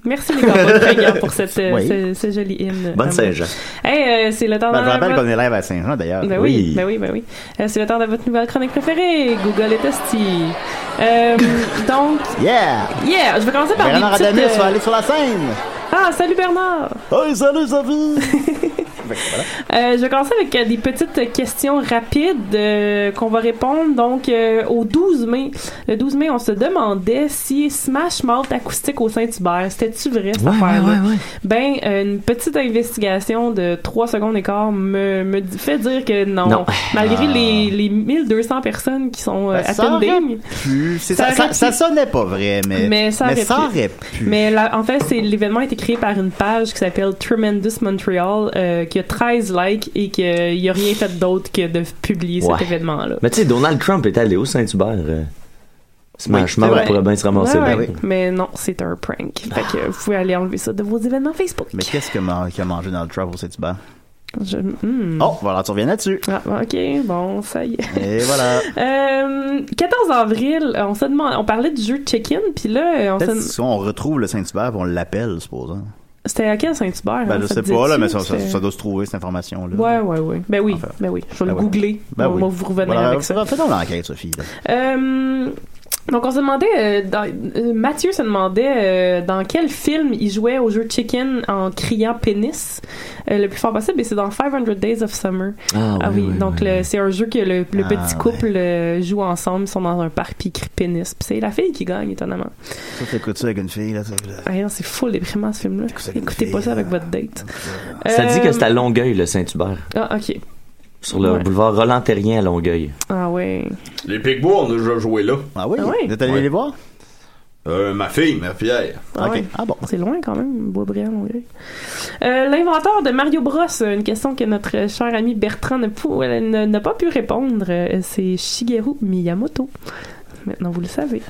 F: Merci les gars fringants pour cette, euh,
E: Oui.
F: ce, ce joli hymne.
G: Bonne
F: à
G: Saint-Jean.
F: moi. Hey, euh, c'est le temps
E: Ben,
F: de
E: je rappelle qu'on est live à Saint-Jean, d'ailleurs.
F: Ben oui, ben oui, ben oui. Euh, c'est le temps de votre nouvelle chronique préférée, Google et Testy. Euh, donc,
E: Yeah!
F: yeah, je vais commencer par des
E: Bernard
F: petites,
E: Adamus
F: euh,
E: va aller sur la scène!
F: Ah, salut Bernard!
E: Hey, salut, Sophie!
F: Euh, je vais commencer avec euh, des petites questions rapides euh, qu'on va répondre. Donc, euh, au 12 mai, le 12 mai, on se demandait si Smash Mouth acoustique au Saint-Hubert, c'était-tu vrai cette affaire-là? Ben, euh, une petite investigation de 3 secondes et quart me, me di- fait dire que non.
G: Non.
F: Malgré les, les 1200 personnes qui sont euh,
E: Ben, ça aurait
F: attending.
E: pu. C'est-
F: Ça
E: Ça, ça,
F: aurait pu.
E: ça sonnait pas vrai, mais,
F: Mais ça aurait pu.
E: pu.
F: Mais là, en fait, c'est l'événement a été créé par une page qui s'appelle Tremendous Montreal, euh, qui a 13 likes et qu'il n'y a rien fait d'autre que de publier
G: Ouais.
F: cet événement-là.
G: Mais tu sais, Donald Trump est allé au Saint-Hubert. euh, Smash
E: Oui,
G: Mouth
F: c'est vrai.
G: pourrait bien se
F: Ouais,
G: ramasser là.
F: ouais. Mais non, c'est un prank. Fait que vous pouvez aller enlever ça de vos événements Facebook.
E: Mais qu'est-ce que man- qu'a mangé dans le trap au Saint-Hubert?
F: Je- hmm.
E: Oh, voilà, tu reviens là-dessus.
F: Ah, ok, bon, ça y est.
E: Et voilà.
F: Euh, 14 avril, on se demande, on parlait du jeu de check-in, puis là, (laughs) on
E: Peut-être
F: se-
E: si on retrouve le Saint-Hubert, on l'appelle, supposons.
F: c'était à quel Saint-Hubert?
E: Ben,
F: hein,
E: je
F: ça
E: sais
F: te
E: pas, là,
F: dit-tu?
E: mais ça, ça-
F: C'était-
E: ça doit se trouver, cette information-là.
F: Ouais, ouais, ouais. Ben oui,
E: Enfin.
F: ben oui. Je vais
E: Ben
F: le
E: ouais.
F: googler.
E: Ben
F: on
E: oui.
F: va vous revenir
E: Voilà,
F: avec ça.
E: fais- Fais donc l'enquête, Sophie. là.
F: Euh, donc on se demandait, euh, dans- euh, Mathieu se demandait euh, dans quel film il jouait au jeu Chicken en criant pénis euh, le plus fort possible, et c'est dans 500 Days of Summer.
G: Ah,
F: Ah oui, donc
G: oui.
F: le- c'est un jeu que le, le
E: Ah,
F: petit couple euh, joue ensemble, ils sont dans un parc puis ils crient pénis, puis c'est la fille qui gagne étonnamment.
E: Ça, t'écoutes ça avec une fille, là. ça- là.
F: Ah, non, c'est full déprimant ce film-là.
E: ça avec une
F: Écoutez pas
E: fille,
F: ça avec
E: là.
F: votre date.
G: Ça dit que
F: Euh,
G: c'est à Longueuil, le Saint-Hubert.
F: Ah ok.
G: Sur le
F: Ouais.
G: boulevard Roland-Terrien à Longueuil.
F: Ah ouais.
H: Les Picbois, on a déjà joué là.
E: Ah oui?
F: Ah oui.
E: Vous êtes allé
H: Ouais.
E: les voir?
H: Euh, ma fille, ma pierre.
F: Ah
E: ok.
F: ouais.
E: Ah bon.
F: C'est loin quand même, Boisbriand, Longueuil. Euh, L'inventeur de Mario Bros, euh, une question que notre cher ami Bertrand ne pou- euh, ne- n'a pas pu répondre, euh, c'est Shigeru Miyamoto. Maintenant, vous le savez.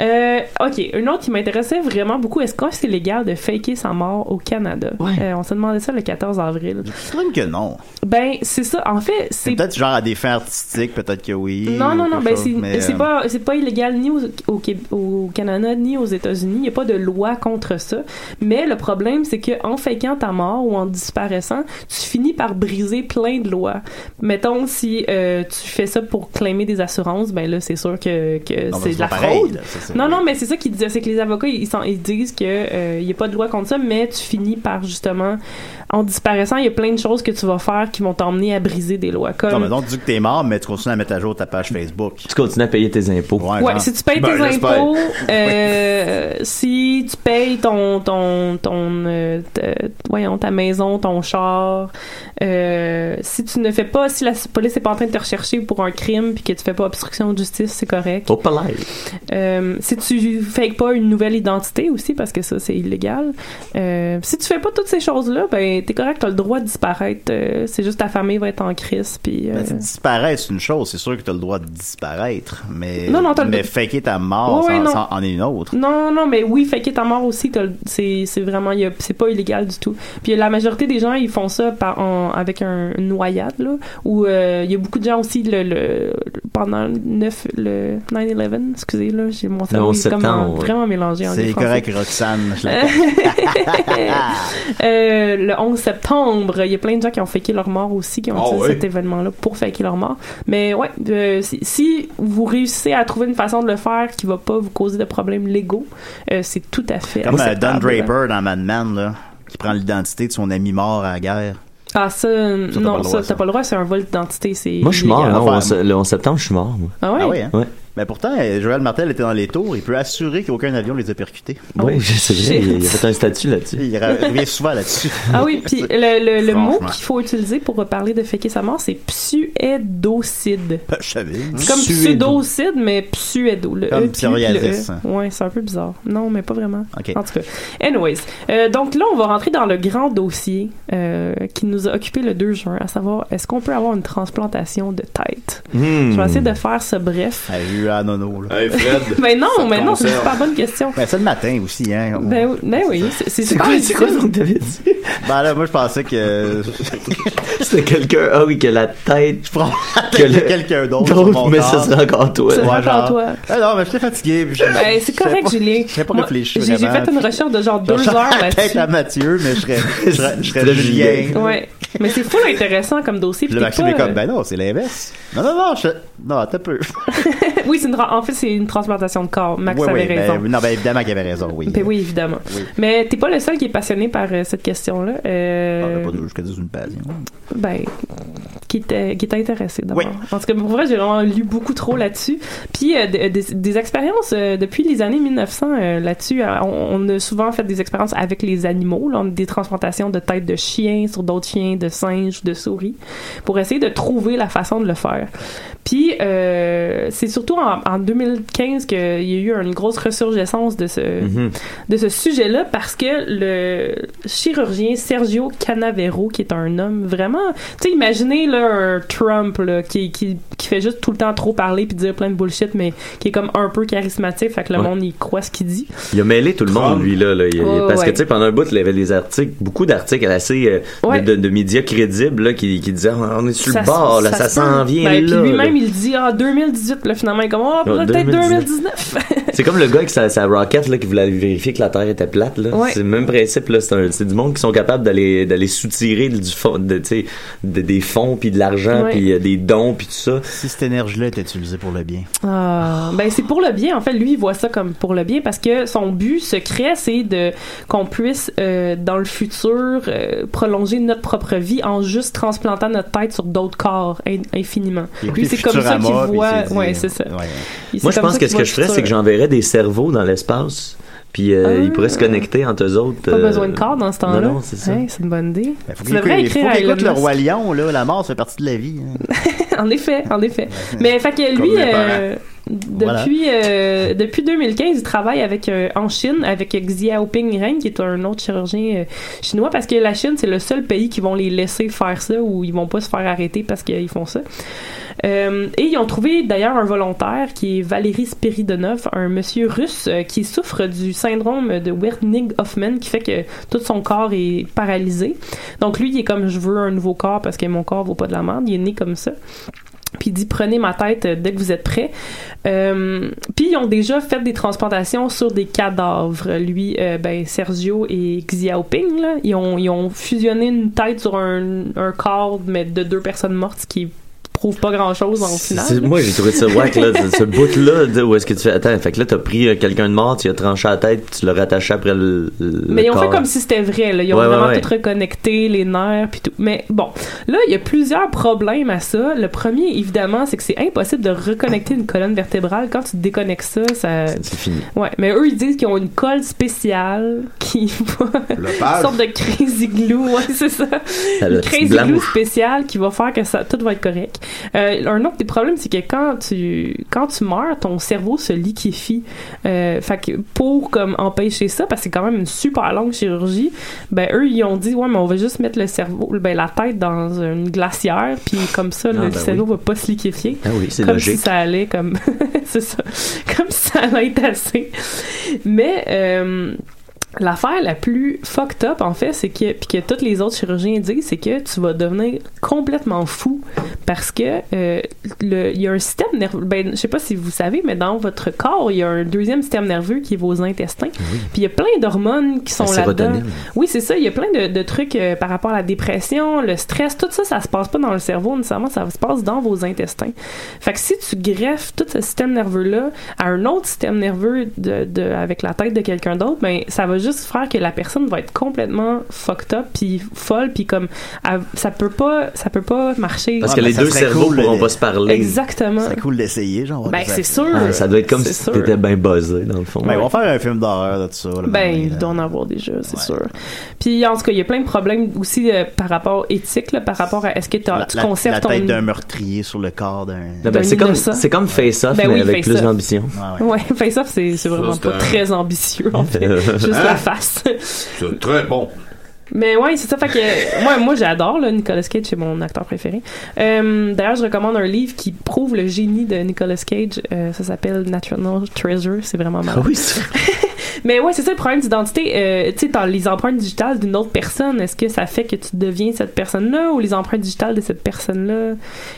F: Euh, ok, une autre qui m'intéressait vraiment beaucoup, est-ce que c'est légal de faker sa mort au Canada?
G: Ouais.
F: Euh, on se demandait ça le 14 avril.
E: Je trouve que non.
F: Ben, c'est ça. En fait, c'est...
E: C'est peut-être genre à des fins artistiques, peut-être que oui.
F: Non,
E: ou
F: non, non,
E: quelque
F: ben
E: chose,
F: c'est
E: mais,
F: c'est
E: euh,
F: pas, c'est pas illégal ni au, au, Québec- au Canada ni aux États-Unis. Il n'y a pas de loi contre ça. Mais le problème, c'est que en faquant ta mort ou en disparaissant, tu finis par briser plein de lois. Mettons, si euh, tu fais ça pour claimer des assurances, ben là, c'est sûr que, que
E: non, mais
F: c'est de la
E: pas pareil,
F: fraude.
E: là, ça, c'est-
F: Non, non, mais c'est ça qu'ils disaient, c'est que les avocats, ils, sont- ils disent que euh, il y a pas de loi contre ça, mais tu finis par justement, en disparaissant, il y a plein de choses que tu vas faire qui vont t'emmener à briser des lois. Comme,
E: Non, mais donc, tu dis que t'es mort, mais tu continues à mettre à jour ta page Facebook.
G: Tu continues à payer tes impôts.
E: genre.
F: Ouais, si tu payes
H: Ben,
F: tes
H: j'espère.
F: impôts, euh, si tu payes ton ton ton euh, te- voyons ta maison, ton char, euh, si tu ne fais pas, si la police est pas en train de te rechercher pour un crime puis que tu fais pas obstruction de justice, c'est correct.
G: Au palais.
F: Euh, si tu fakes pas une nouvelle identité aussi parce que ça c'est illégal. Euh, si tu fais pas toutes ces choses là, ben t'es correct, t'as le droit de disparaître. Euh, c'est juste ta famille va être en crise puis. euh,
E: Ben, tu disparais, c'est une chose. C'est sûr que t'as le droit de disparaître. Mais,
F: Non, non, t'as le-
E: mais faker ta mort,
F: Ouais, ouais,
E: c'en-
F: non.
E: c'en- en est une autre.
F: Non, non, mais oui, faker ta mort aussi, t'as le- c'est c'est vraiment, il y a- c'est pas illégal du tout. Puis la majorité des gens, ils font ça par, en- avec un une noyade, là, où euh, il y a beaucoup de gens aussi, le, le- pendant le 9, le 9-11, excusez, là, j'ai mon cerveau
G: Le
F: il est comme
G: 11
F: en-
G: septembre, ouais.
F: vraiment mélangé en
E: C'est correct, Roxane. je
F: (laughs)
E: la-
F: Euh, le 11 septembre, il y a plein de gens qui ont faké leur mort aussi, qui ont
H: Ah
F: utilisé
H: ouais?
F: cet événement-là pour faker leur mort. Mais ouais, euh, si, si vous réussissez à trouver une façon de le faire qui va pas vous causer de problèmes légaux, euh, c'est tout à fait
E: Comme euh, Don
F: acceptable.
E: Draper dans Mad Men, là, qui prend l'identité de son ami mort à la guerre.
F: Ah, ça,
G: t'as pas
F: non,
G: le droit,
F: ça,
G: ça.
F: t'as pas le droit, c'est un vol d'identité. c'est
G: Moi, je suis mort.
F: illégal.
G: Là, on se- le 11 septembre, je suis mort. Moi.
F: Ah ouais?
E: Ah oui, hein?
G: Ouais.
E: Mais pourtant, euh, Joël Martel était dans les tours. Il peut assurer qu'aucun avion les a percutés.
G: Oui, je sais bien. Il, (laughs) il a fait un statut là-dessus.
E: Il
F: (laughs)
E: ra- revient souvent là-dessus.
F: Ah oui, puis le, le- le mot
E: Franchement.
F: qu'il faut utiliser pour parler de féquer sa mort, c'est psuédocide.
E: Ben, Je savais.
F: C'est comme pseudocide, mais psuédo. Le
E: Comme
F: E puis le
E: psoriasis.
F: E. Ouais, c'est un peu bizarre. Non, mais pas vraiment.
E: Ok.
F: En tout cas. Anyways, euh, donc là, on va rentrer dans le grand dossier euh, qui nous a occupé le 2 juin, à savoir est-ce qu'on peut avoir une transplantation de tête
E: Hmm.
F: Je vais essayer de faire ce bref.
E: Ah, eu à nono, là.
H: Hey,
G: (laughs)
H: Fred.
F: Mais non,
E: Ça te
F: mais non, c'est une
E: concerne.
F: super bonne question.
E: Ben, c'est le matin aussi, hein. On-
F: Ben, oui- ben oui, c'est- c'est super utile.
G: t'avais dit?
E: Ben là, moi, je pensais
G: (laughs)
E: que.
G: C'était quelqu'un. Ah oui, que la tête. Je
E: prends la tête de quelqu'un d'autre sur Oh, mon
G: mais ça
E: corps.
G: serait encore toi.
F: Ça
E: Ouais,
F: serait encore
E: genre.
F: toi.
E: Ah non, mais j'étais fatigué. puis je-
F: Ben, c'est
E: je savais
F: correct,
E: pas-
F: Julien.
E: Je savais pas
F: Moi,
E: réfléchir.
F: J'ai j'ai
E: vraiment.
F: fait une recherche de genre deux
E: Je serais
F: heures
E: la tête
F: là-dessus.
E: à Mathieu, mais je
G: (laughs)
E: serais, je serais, je serais
G: C'était
E: Julien.
G: Julien.
F: Ouais. Mais c'est fou intéressant comme dossier.
E: Puis
F: puis
E: le
F: t'es
E: Maxime
F: pas,
E: est
F: euh,
E: comme, ben non, c'est l'inverse. Non, non, non, je... Non, attends un peu.
F: (laughs) Oui, c'est une tra- en fait, c'est une transplantation de corps. Max
E: oui,
F: avait
E: oui,
F: raison.
E: Ben, non, ben évidemment qu'il avait raison, oui.
F: Ben oui, évidemment.
E: Oui.
F: Mais t'es pas le seul qui est passionné par euh, cette question-là.
E: Ah, ben,
F: Euh,
E: pas de- jusqu'à dire une passion.
F: ben, qui t'a qui t'a intéressé d'abord.
E: Oui.
F: En tout cas, pour vrai, j'ai vraiment lu beaucoup trop là-dessus. Puis euh, de- des, des expériences euh, depuis les années 1900 euh, là-dessus, euh, on, on a souvent fait des expériences avec les animaux, là, des transplantations de têtes de chiens sur d'autres chiens, de singes, de souris, pour essayer de trouver la façon de le faire. Puis euh, c'est surtout en, en 2015 qu'il y a eu une grosse ressurgescence de ce
G: Mm-hmm.
F: de ce sujet-là parce que le chirurgien Sergio Canavero, qui est un homme vraiment, tu sais, imaginez là un Trump là, qui, qui qui fait juste tout le temps trop parler puis dire plein de bullshit, mais qui est comme un peu charismatique, fait que le
G: Ouais.
F: monde il croit ce qu'il dit.
G: Il a mêlé tout le monde, lui, là. là. Il-
F: Ouais,
G: parce
F: ouais.
G: que, tu sais, pendant un bout, il y avait des articles, beaucoup d'articles assez euh, de-
F: Ouais.
G: de, de médias crédibles, là, qui, qui disaient Ah, on est sur
F: Ça
G: le
F: se-
G: bord, là, ça
F: se peut.
G: s'en vient,
F: Ben, puis
G: là.
F: lui-même
G: là.
F: il dit ah 2018, là finalement il est comme ah
G: Ouais,
F: peut-être
G: 2019.
F: 2019.
G: C'est comme le gars avec sa, sa rocket, là, qui voulait aller vérifier que la Terre était plate, là.
F: Ouais.
G: C'est le même principe, là. C'est un- C'est du monde qui sont capables d'aller d'aller soutirer du fond, de, tu sais, de- des fonds, puis de l'argent,
F: Ouais.
G: puis euh, des dons, puis tout ça.
E: Si cette énergie-là était utilisée pour le bien.
F: Ah, ben c'est pour le bien. En fait, lui, il voit ça comme pour le bien parce que son but secret, c'est de qu'on puisse euh, dans le futur euh, prolonger notre propre vie en juste transplantant notre tête sur d'autres corps in- infiniment. Lui, c'est comme ça qu'il
E: Futurama, puis
F: voit.
E: il s'est dit-
F: Ouais, c'est ça.
E: Ouais.
F: Il-
G: euh, Moi,
F: c'est
G: je
F: comme
G: pense que
F: ça qu'il
G: ce que
F: voit le
G: je ferais, c'est
F: futur.
G: que j'enverrais des cerveaux dans l'espace, puis euh, ils pourraient se connecter entre eux autres.
F: Ah. Pas
G: euh,
F: besoin de corps dans ce temps-là.
G: Non, non, c'est ça.
F: Hein, c'est une bonne idée.
E: Ben, faut
F: Tu devrais
E: qu'il-
F: écrire
E: faut
F: à
E: qu'il écoute
F: Elon
E: le
F: Musk.
E: roi lion, là. La mort, ça fait partie de la vie. hein.
F: (laughs) en effet, en effet. Mais fait que lui,
E: mes parents.
F: euh, depuis, euh, depuis 2015, il travaille avec, euh, en Chine avec Xiaoping Ren, qui est un autre chirurgien euh, chinois, parce que la Chine, c'est le seul pays qui vont les laisser faire ça ou ils vont pas se faire arrêter parce qu'ils font ça. Euh, et ils ont trouvé d'ailleurs un volontaire qui est Valérie Spiridonov, un monsieur russe euh, qui souffre du syndrome de Wernig-Hoffman qui fait que tout son corps est paralysé. Donc lui, il est comme je veux un nouveau corps parce que mon corps vaut pas de la merde. Il est né comme ça. Puis il dit prenez ma tête euh, dès que vous êtes prêts. Euh, puis ils ont déjà fait des transplantations sur des cadavres. Lui, euh, ben Sergio et Xiaoping, là, ils ont ils ont fusionné une tête sur un, un corps mais de deux personnes mortes, ce qui prouve pas grand chose en
G: C'est-
F: final.
G: c'est-
F: là.
G: Moi, j'ai trouvé
F: (laughs)
G: ça wack, là, ce, ce bout-là, de- où est-ce que tu fais. Attends, fait que là, t'as pris euh, quelqu'un de mort, tu l'as tranché à la tête, puis tu l'as rattaché après le. le
F: Mais ils ont fait
G: corps.
F: comme si c'était vrai. Là. Ils ont
G: Ouais, ouais,
F: vraiment
G: ouais.
F: tout reconnecté, les nerfs puis tout. Mais bon, là, il y a plusieurs problèmes à ça. Le premier, évidemment, c'est que c'est impossible de reconnecter une colonne vertébrale. Quand tu déconnectes ça, ça...
G: C'est fini.
F: Ouais, mais eux, ils disent qu'ils ont une colle spéciale qui (laughs) va...
H: Le
G: Ah.
F: Une
H: page.
F: sorte de crazy glue, ouais, c'est ça.
G: a
F: Une
G: la
F: crazy
G: petite
F: glue
G: blanche.
F: spéciale qui va faire que ça, tout va être correct. Euh, un autre des problèmes, c'est que quand tu, quand tu meurs, ton cerveau se liquéfie. Euh, fait que pour comme empêcher ça, parce que c'est quand même une super longue chirurgie, ben eux, ils ont dit, ouais, mais on va juste mettre le cerveau, ben la tête dans une glacière, puis comme ça, le
G: ben
F: cerveau va pas se liquéfier
G: Ah oui, c'est
F: comme
G: logique.
F: si ça allait comme (laughs) c'est ça comme si ça allait être assez mais euh, L'affaire la plus fucked up, en fait, c'est que, puis que tous les autres chirurgiens disent, c'est que tu vas devenir complètement fou parce que euh, le- il y a un système nerveux. Ben, je sais pas si vous savez, mais dans votre corps, il y a un deuxième système nerveux qui est vos intestins. Puis il y a plein d'hormones qui sont
G: La
F: là-dedans.
G: sérotonine.
F: Oui, c'est ça. Il y a plein de, de trucs euh, par rapport à la dépression, le stress, tout ça, ça se passe pas dans le cerveau nécessairement, ça se passe dans vos intestins. Fait que si tu greffes tout ce système nerveux-là à un autre système nerveux de, de- avec la tête de quelqu'un d'autre, ben ça va juste faire que la personne va être complètement fucked up puis folle puis comme elle- ça peut pas ça peut pas marcher.
G: Parce que les deux cerveaux pourront pas se parler.
F: Exactement.
E: C'est cool d'essayer, genre. on va
F: Ben,
E: dire ça.
F: c'est sûr.
G: Ah, ça doit être comme
F: C'est
G: si
F: sûr.
G: t'étais bien buzzé, dans le fond.
E: Ben, on va faire un film d'horreur de ça. là,
F: Ben, il doit en avoir déjà, c'est sûr. Puis en tout cas, il y a plein de problèmes aussi euh, par rapport éthique, là, par rapport à est-ce que t'as-
E: la,
F: tu
E: la-
F: conserves
E: la
F: ton
E: tête d'un meurtrier sur le corps d'un.
G: Ah ben, c'est comme, c'est comme Face Off,
F: Ben
G: mais
F: oui,
G: avec
F: Face
G: plus
F: Off.
G: d'ambition.
F: (laughs) Ouais, Face Off, c'est c'est vraiment
H: Ça, c'est
F: pas
H: un-
F: très ambitieux,
E: (laughs)
F: en fait. Juste la face.
H: C'est très bon.
F: Mais ouais, c'est ça. Fait que moi, moi j'adore là, Nicolas Cage, c'est mon acteur préféré. Euh, D'ailleurs, je recommande un livre qui prouve le génie de Nicolas Cage. Euh, ça s'appelle National Treasure. C'est vraiment
E: Ah
F: marrant.
G: oui, c'est
F: Mais ouais, c'est ça le problème d'identité. Euh, tu sais, dans les empreintes digitales d'une autre personne, est-ce que ça fait que tu deviens cette personne-là ou les empreintes digitales de cette personne-là?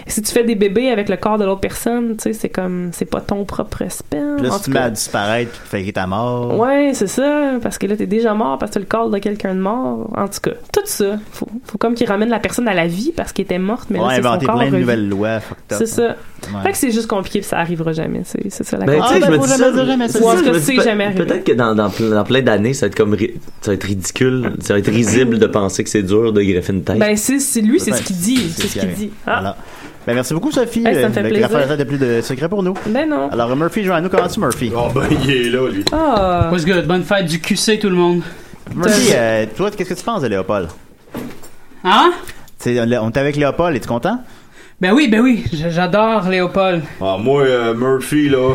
F: Si tu fais des bébés avec le corps de l'autre personne, tu sais, c'est comme, c'est pas ton propre sperme.
E: Puis Là,
F: En
E: si tu
F: tout
E: mets
F: cas.
E: à disparaître, tu fais qu'il est à mort.
F: Ouais, c'est ça, parce que là, t'es déjà mort, parce que t'as le corps de quelqu'un de mort. En tout cas, tout ça. Faut, faut comme qu'il ramène la personne à la vie parce qu'elle était morte, mais
E: On
F: là,
E: a
F: c'est son
E: inventé
F: corps
E: ben, plein de
F: revit.
E: nouvelles lois, fucked up.
F: C'est ça.
E: Ouais.
F: Fait que c'est juste compliqué puis ça arrivera jamais. C'est c'est ça la
G: Ben, tu sais,
F: Ah,
G: je me
F: ben,
G: dis
F: faut
G: ça,
F: jamais dire jamais,
G: c'est
F: ça. Ou en
G: ça,
F: tout
G: je
F: cas,
G: me dis
F: c'est
G: peut-
F: jamais arrivé.
G: Peut-être que dans, dans, ple- dans plein d'années, ça va être comme, ri- ça va être ridicule, ça va être risible de penser que c'est dur de greffer une tête.
F: Ben, c'est c'est lui, c'est
E: Ouais,
F: ce qu'il dit. C'est ce qu'il
E: arrive.
F: dit. Ah,
E: Voilà. Ben, merci beaucoup, Sophie.
F: Hey, ça me fait
E: Le-
F: plaisir.
E: La fin de plus de secret pour nous.
F: ben non.
E: Alors, Murphy, joins nous. Comment tu, Murphy?
H: Ah ben, il est là, lui.
F: Ah.
K: What's good? Bonne fête du QC, tout le monde.
E: Murphy, euh, toi, qu'est-ce que tu penses de Léopold?
K: Hein?
E: Tu sais, on on est avec Léopold, es-tu content?
K: Ben oui, ben oui, j- j'adore Léopold.
H: Ah, moi, euh, Murphy, là.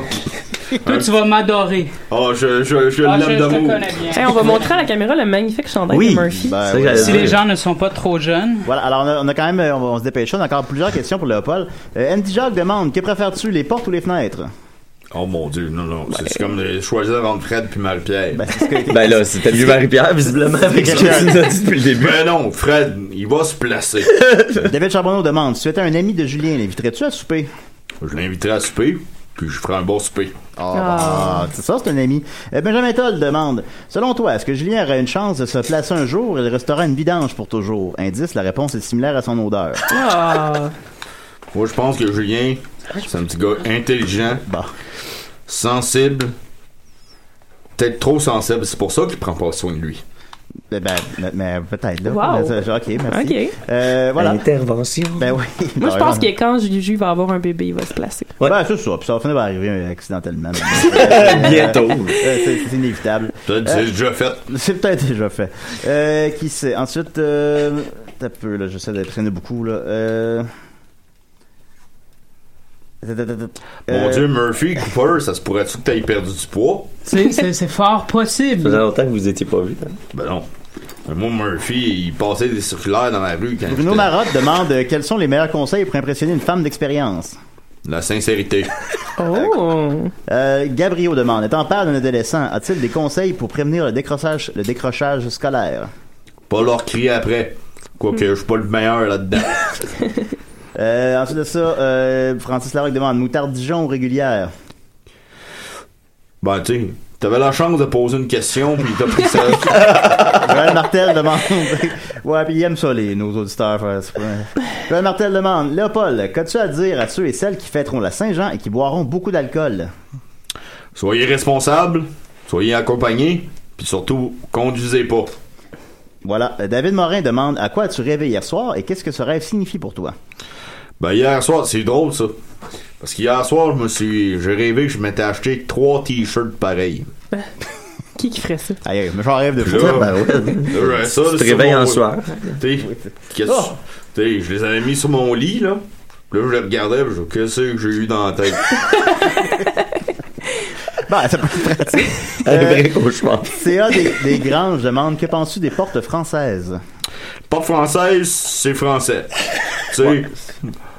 K: Toi, tu vas m'adorer.
H: Ah, je, je, je
K: Ah, je,
H: l'aime
K: je te
H: d'amour.
K: connais bien.
F: Hey, on va montrer à la caméra le magnifique chandail
G: Oui. Bah,
F: de Murphy.
E: Ben,
G: C'est vrai
E: ouais.
G: que
K: Si
G: j'allais
K: les
G: dire.
K: gens ne sont pas trop jeunes.
E: Voilà, alors on a, on a quand même, euh, on, va- on se dépêche, on a encore plusieurs questions pour Léopold. Euh, Andy Jacques demande, que préfères-tu, les portes ou les fenêtres?
H: Oh mon dieu, non, non. C'est c'est comme de choisir entre Fred puis Marie-Pierre.
E: Ben,
H: Ben,
E: c'est ce que-
G: Ben là, c'était mieux Marie-Pierre, visiblement, avec ce que tu nous as dit depuis le début.
H: non, Fred, il va se placer.
E: David Charbonneau demande, si tu étais un ami de Julien, l'inviterais-tu à souper?
H: je l'inviterai à souper, puis je ferai un bon souper.
F: bah.
E: Ah, c'est ça, c'est un ami. Euh, Benjamin Toll demande, selon toi, est-ce que Julien aurait une chance de se placer un jour et il restera une vidange pour toujours? Indice, la réponse est similaire à son
F: (laughs)
E: odeur.
F: Ah.
H: Moi, je pense que Julien, c'est un petit gars intelligent,
E: Bon.
H: sensible, peut-être trop sensible. C'est pour ça qu'il prend pas soin de lui.
E: Eh Ben, mais, mais peut-être, là.
F: Wow.
E: Mais ça, ok, merci.
F: Ok.
E: Euh, voilà.
G: Intervention.
E: Ben oui.
F: Moi, je pense
E: qu'il
F: que quand Juju va avoir un bébé, il va se placer.
G: Ouais.
E: Ben, c'est ça, puis ça va finir par arriver euh, accidentellement.
F: (laughs)
G: Bientôt.
E: Euh, c'est c'est inévitable.
H: Peut-être que c'est déjà fait.
E: (laughs) C'est peut-être déjà fait. Euh, qui sait? Ensuite, euh, t'as peu, là, j'essaie de traîner beaucoup, là. Euh...
H: Mon
E: Euh,
H: dieu, Murphy, Cooper, ça se pourrait-tu que t'aies perdu du poids?
K: C'est- C'est c'est fort
G: Ça faisait
K: possible.
G: longtemps que vous étiez pas vus. hein.
H: Ben non. Mais Moi, Murphy, il passait des circulaires dans la rue quand
E: Bruno
H: j'étais-
E: Marotte demande euh, quels sont les meilleurs conseils pour impressionner une femme d'expérience.
H: La sincérité.
F: Oh.
E: Euh, Gabriel demande étant père d'un adolescent, a-t-il des conseils pour prévenir le décrochage, le décrochage scolaire
H: pas leur crier après. Quoique, je suis pas le meilleur là-dedans.
E: Euh, Ensuite de ça, euh, Francis Larocque demande moutarde Dijon ou régulière
H: ben, tu sais, t'avais la chance de poser une question, puis t'as pris
E: (laughs)
H: ça.
E: Joël Martel demande. (laughs) ouais, puis il aime ça, les, nos auditeurs. faire ça. Ouais. Joël Martel demande Léopold, qu'as-tu à dire à ceux et celles qui fêteront la Saint-Jean et qui boiront beaucoup d'alcool
H: soyez responsables, soyez accompagnés, puis surtout, conduisez pas.
E: Voilà. Euh, David Morin demande à quoi as-tu rêvé hier soir et qu'est-ce que ce rêve signifie pour toi
H: Ben, hier soir, c'est drôle ça. Parce qu'hier soir, je me suis. J'ai rêvé que je m'étais acheté trois t-shirts pareils.
F: (laughs) Qui qui ferait ça?
E: Aïe, aïe, mais j'en rêve de fou.
H: Là,
G: Ben ouais.
H: là, ça,
G: Tu te
H: sur
G: réveilles
H: mon-
G: en soir.
H: T'sais, qu'est-ce que-
E: Oh!
H: t'sais, je les avais mis sur mon lit, là. Puis Là, je les regardais, puis je qu'est-ce que j'ai eu dans la tête?
E: Bah, ça peut être pratique.
H: Euh,
G: Un vrai cauchemar.
E: CA des, des Granges demande que penses-tu des portes françaises
H: Porte française, c'est français. Tu sais,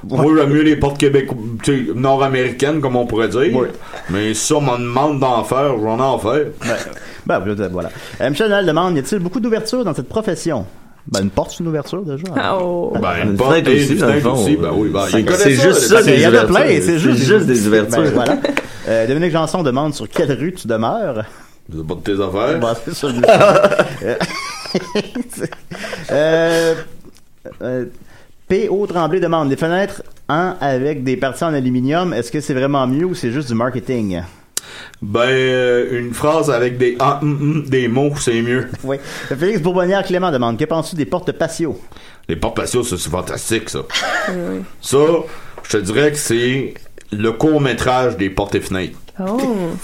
H: moi j'aime mieux les portes Québec, tu sais, nord-américaines comme on pourrait dire.
E: Ouais.
H: Mais ça, on me demande d'en faire, j'en ai en faire.
E: Ben, ben, voilà, voilà. Euh, Michel Noël demande y a-t-il beaucoup d'ouvertures dans cette profession ben, une porte, c'est une ouverture déjà.
K: Ah,
F: Oh.
H: Ben, une
G: Une
H: porte
G: fenêtre
H: et
G: aussi,
H: une
G: dans le
H: fenêtre
G: fond.
H: aussi, ben oui, ben,
G: C'est-
H: ils connaissent
G: c'est
H: ça,
G: juste
H: les
G: ça,
H: personnes.
G: les
E: Il y en a
G: ouvertures.
E: plein, c'est juste,
G: des
E: Ben,
G: ouvertures.
E: voilà. Euh, Dominique Janson demande sur quelle rue tu demeures.
H: C'est pas de tes affaires.
E: Bon, c'est ça, je le sais. (laughs) Euh, euh, P.O. Tremblay demande hein, des fenêtres en avec des parties en aluminium, est-ce que c'est vraiment mieux ou c'est juste du marketing
H: Ben, euh, une phrase avec des ah, hum, hum, des mots, c'est mieux.
E: Oui. Euh, Félix Bourbonnière Clément demande Que penses-tu des portes patio
H: Les portes patio, ça, c'est fantastique, ça. Ça, je te dirais que c'est le court-métrage des portes et fenêtres.
F: Oh.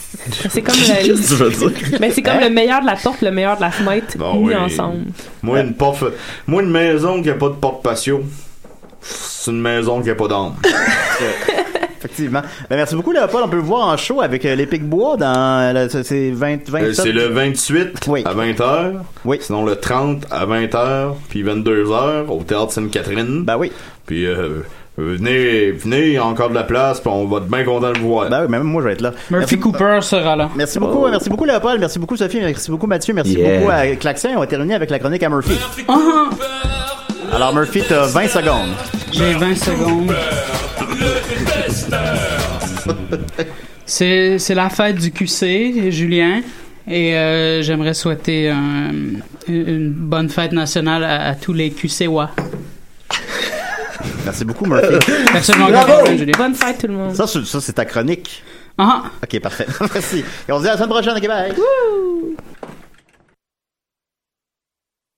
K: (laughs)
F: C'est comme le. Mais c'est comme le meilleur de la porte, le meilleur de la fenêtre
H: Ah
F: mis
H: oui.
F: ensemble.
H: Moi, une porte... Moi, une maison qui a pas de porte patio, c'est une maison qui a pas d'âme.
E: (laughs) Effectivement. Ben, merci beaucoup, Léopold. On peut le voir en show avec euh, l'Épic Bois dans euh, le- c'est- c'est 20, 27.
H: Euh, c'est le 28 à 20h. Sinon le 30 à 20h, puis 22h au théâtre Sainte-Catherine.
E: Bah oui.
H: Puis euh, venez, venez, il y a encore de la place, puis on va être bien content de vous voir.
E: Bah oui, même moi je vais être là.
K: Murphy Cooper sera là.
E: Merci beaucoup, euh, merci beaucoup Léopold, merci beaucoup Sophie, merci beaucoup Mathieu, merci
K: Yeah.
E: beaucoup à Klaxon. On va terminer avec la chronique à Murphy. Alors Murphy, t'as 20 euh, secondes.
K: J'ai 20 secondes. C'est c'est la fête du QC, Julien. Et euh, j'aimerais souhaiter un- une bonne fête nationale à, à tous les QCois.
E: Merci beaucoup Murphy.
K: (laughs) Merci de m'avoir
E: Bravo.
K: entendu, Julien.
F: Bonne fête tout le monde.
E: Ça, c'est ça, c'est ta chronique.
K: Ah.
E: (laughs) Ok, parfait. merci. Et on se dit à la semaine prochaine, ok, bye.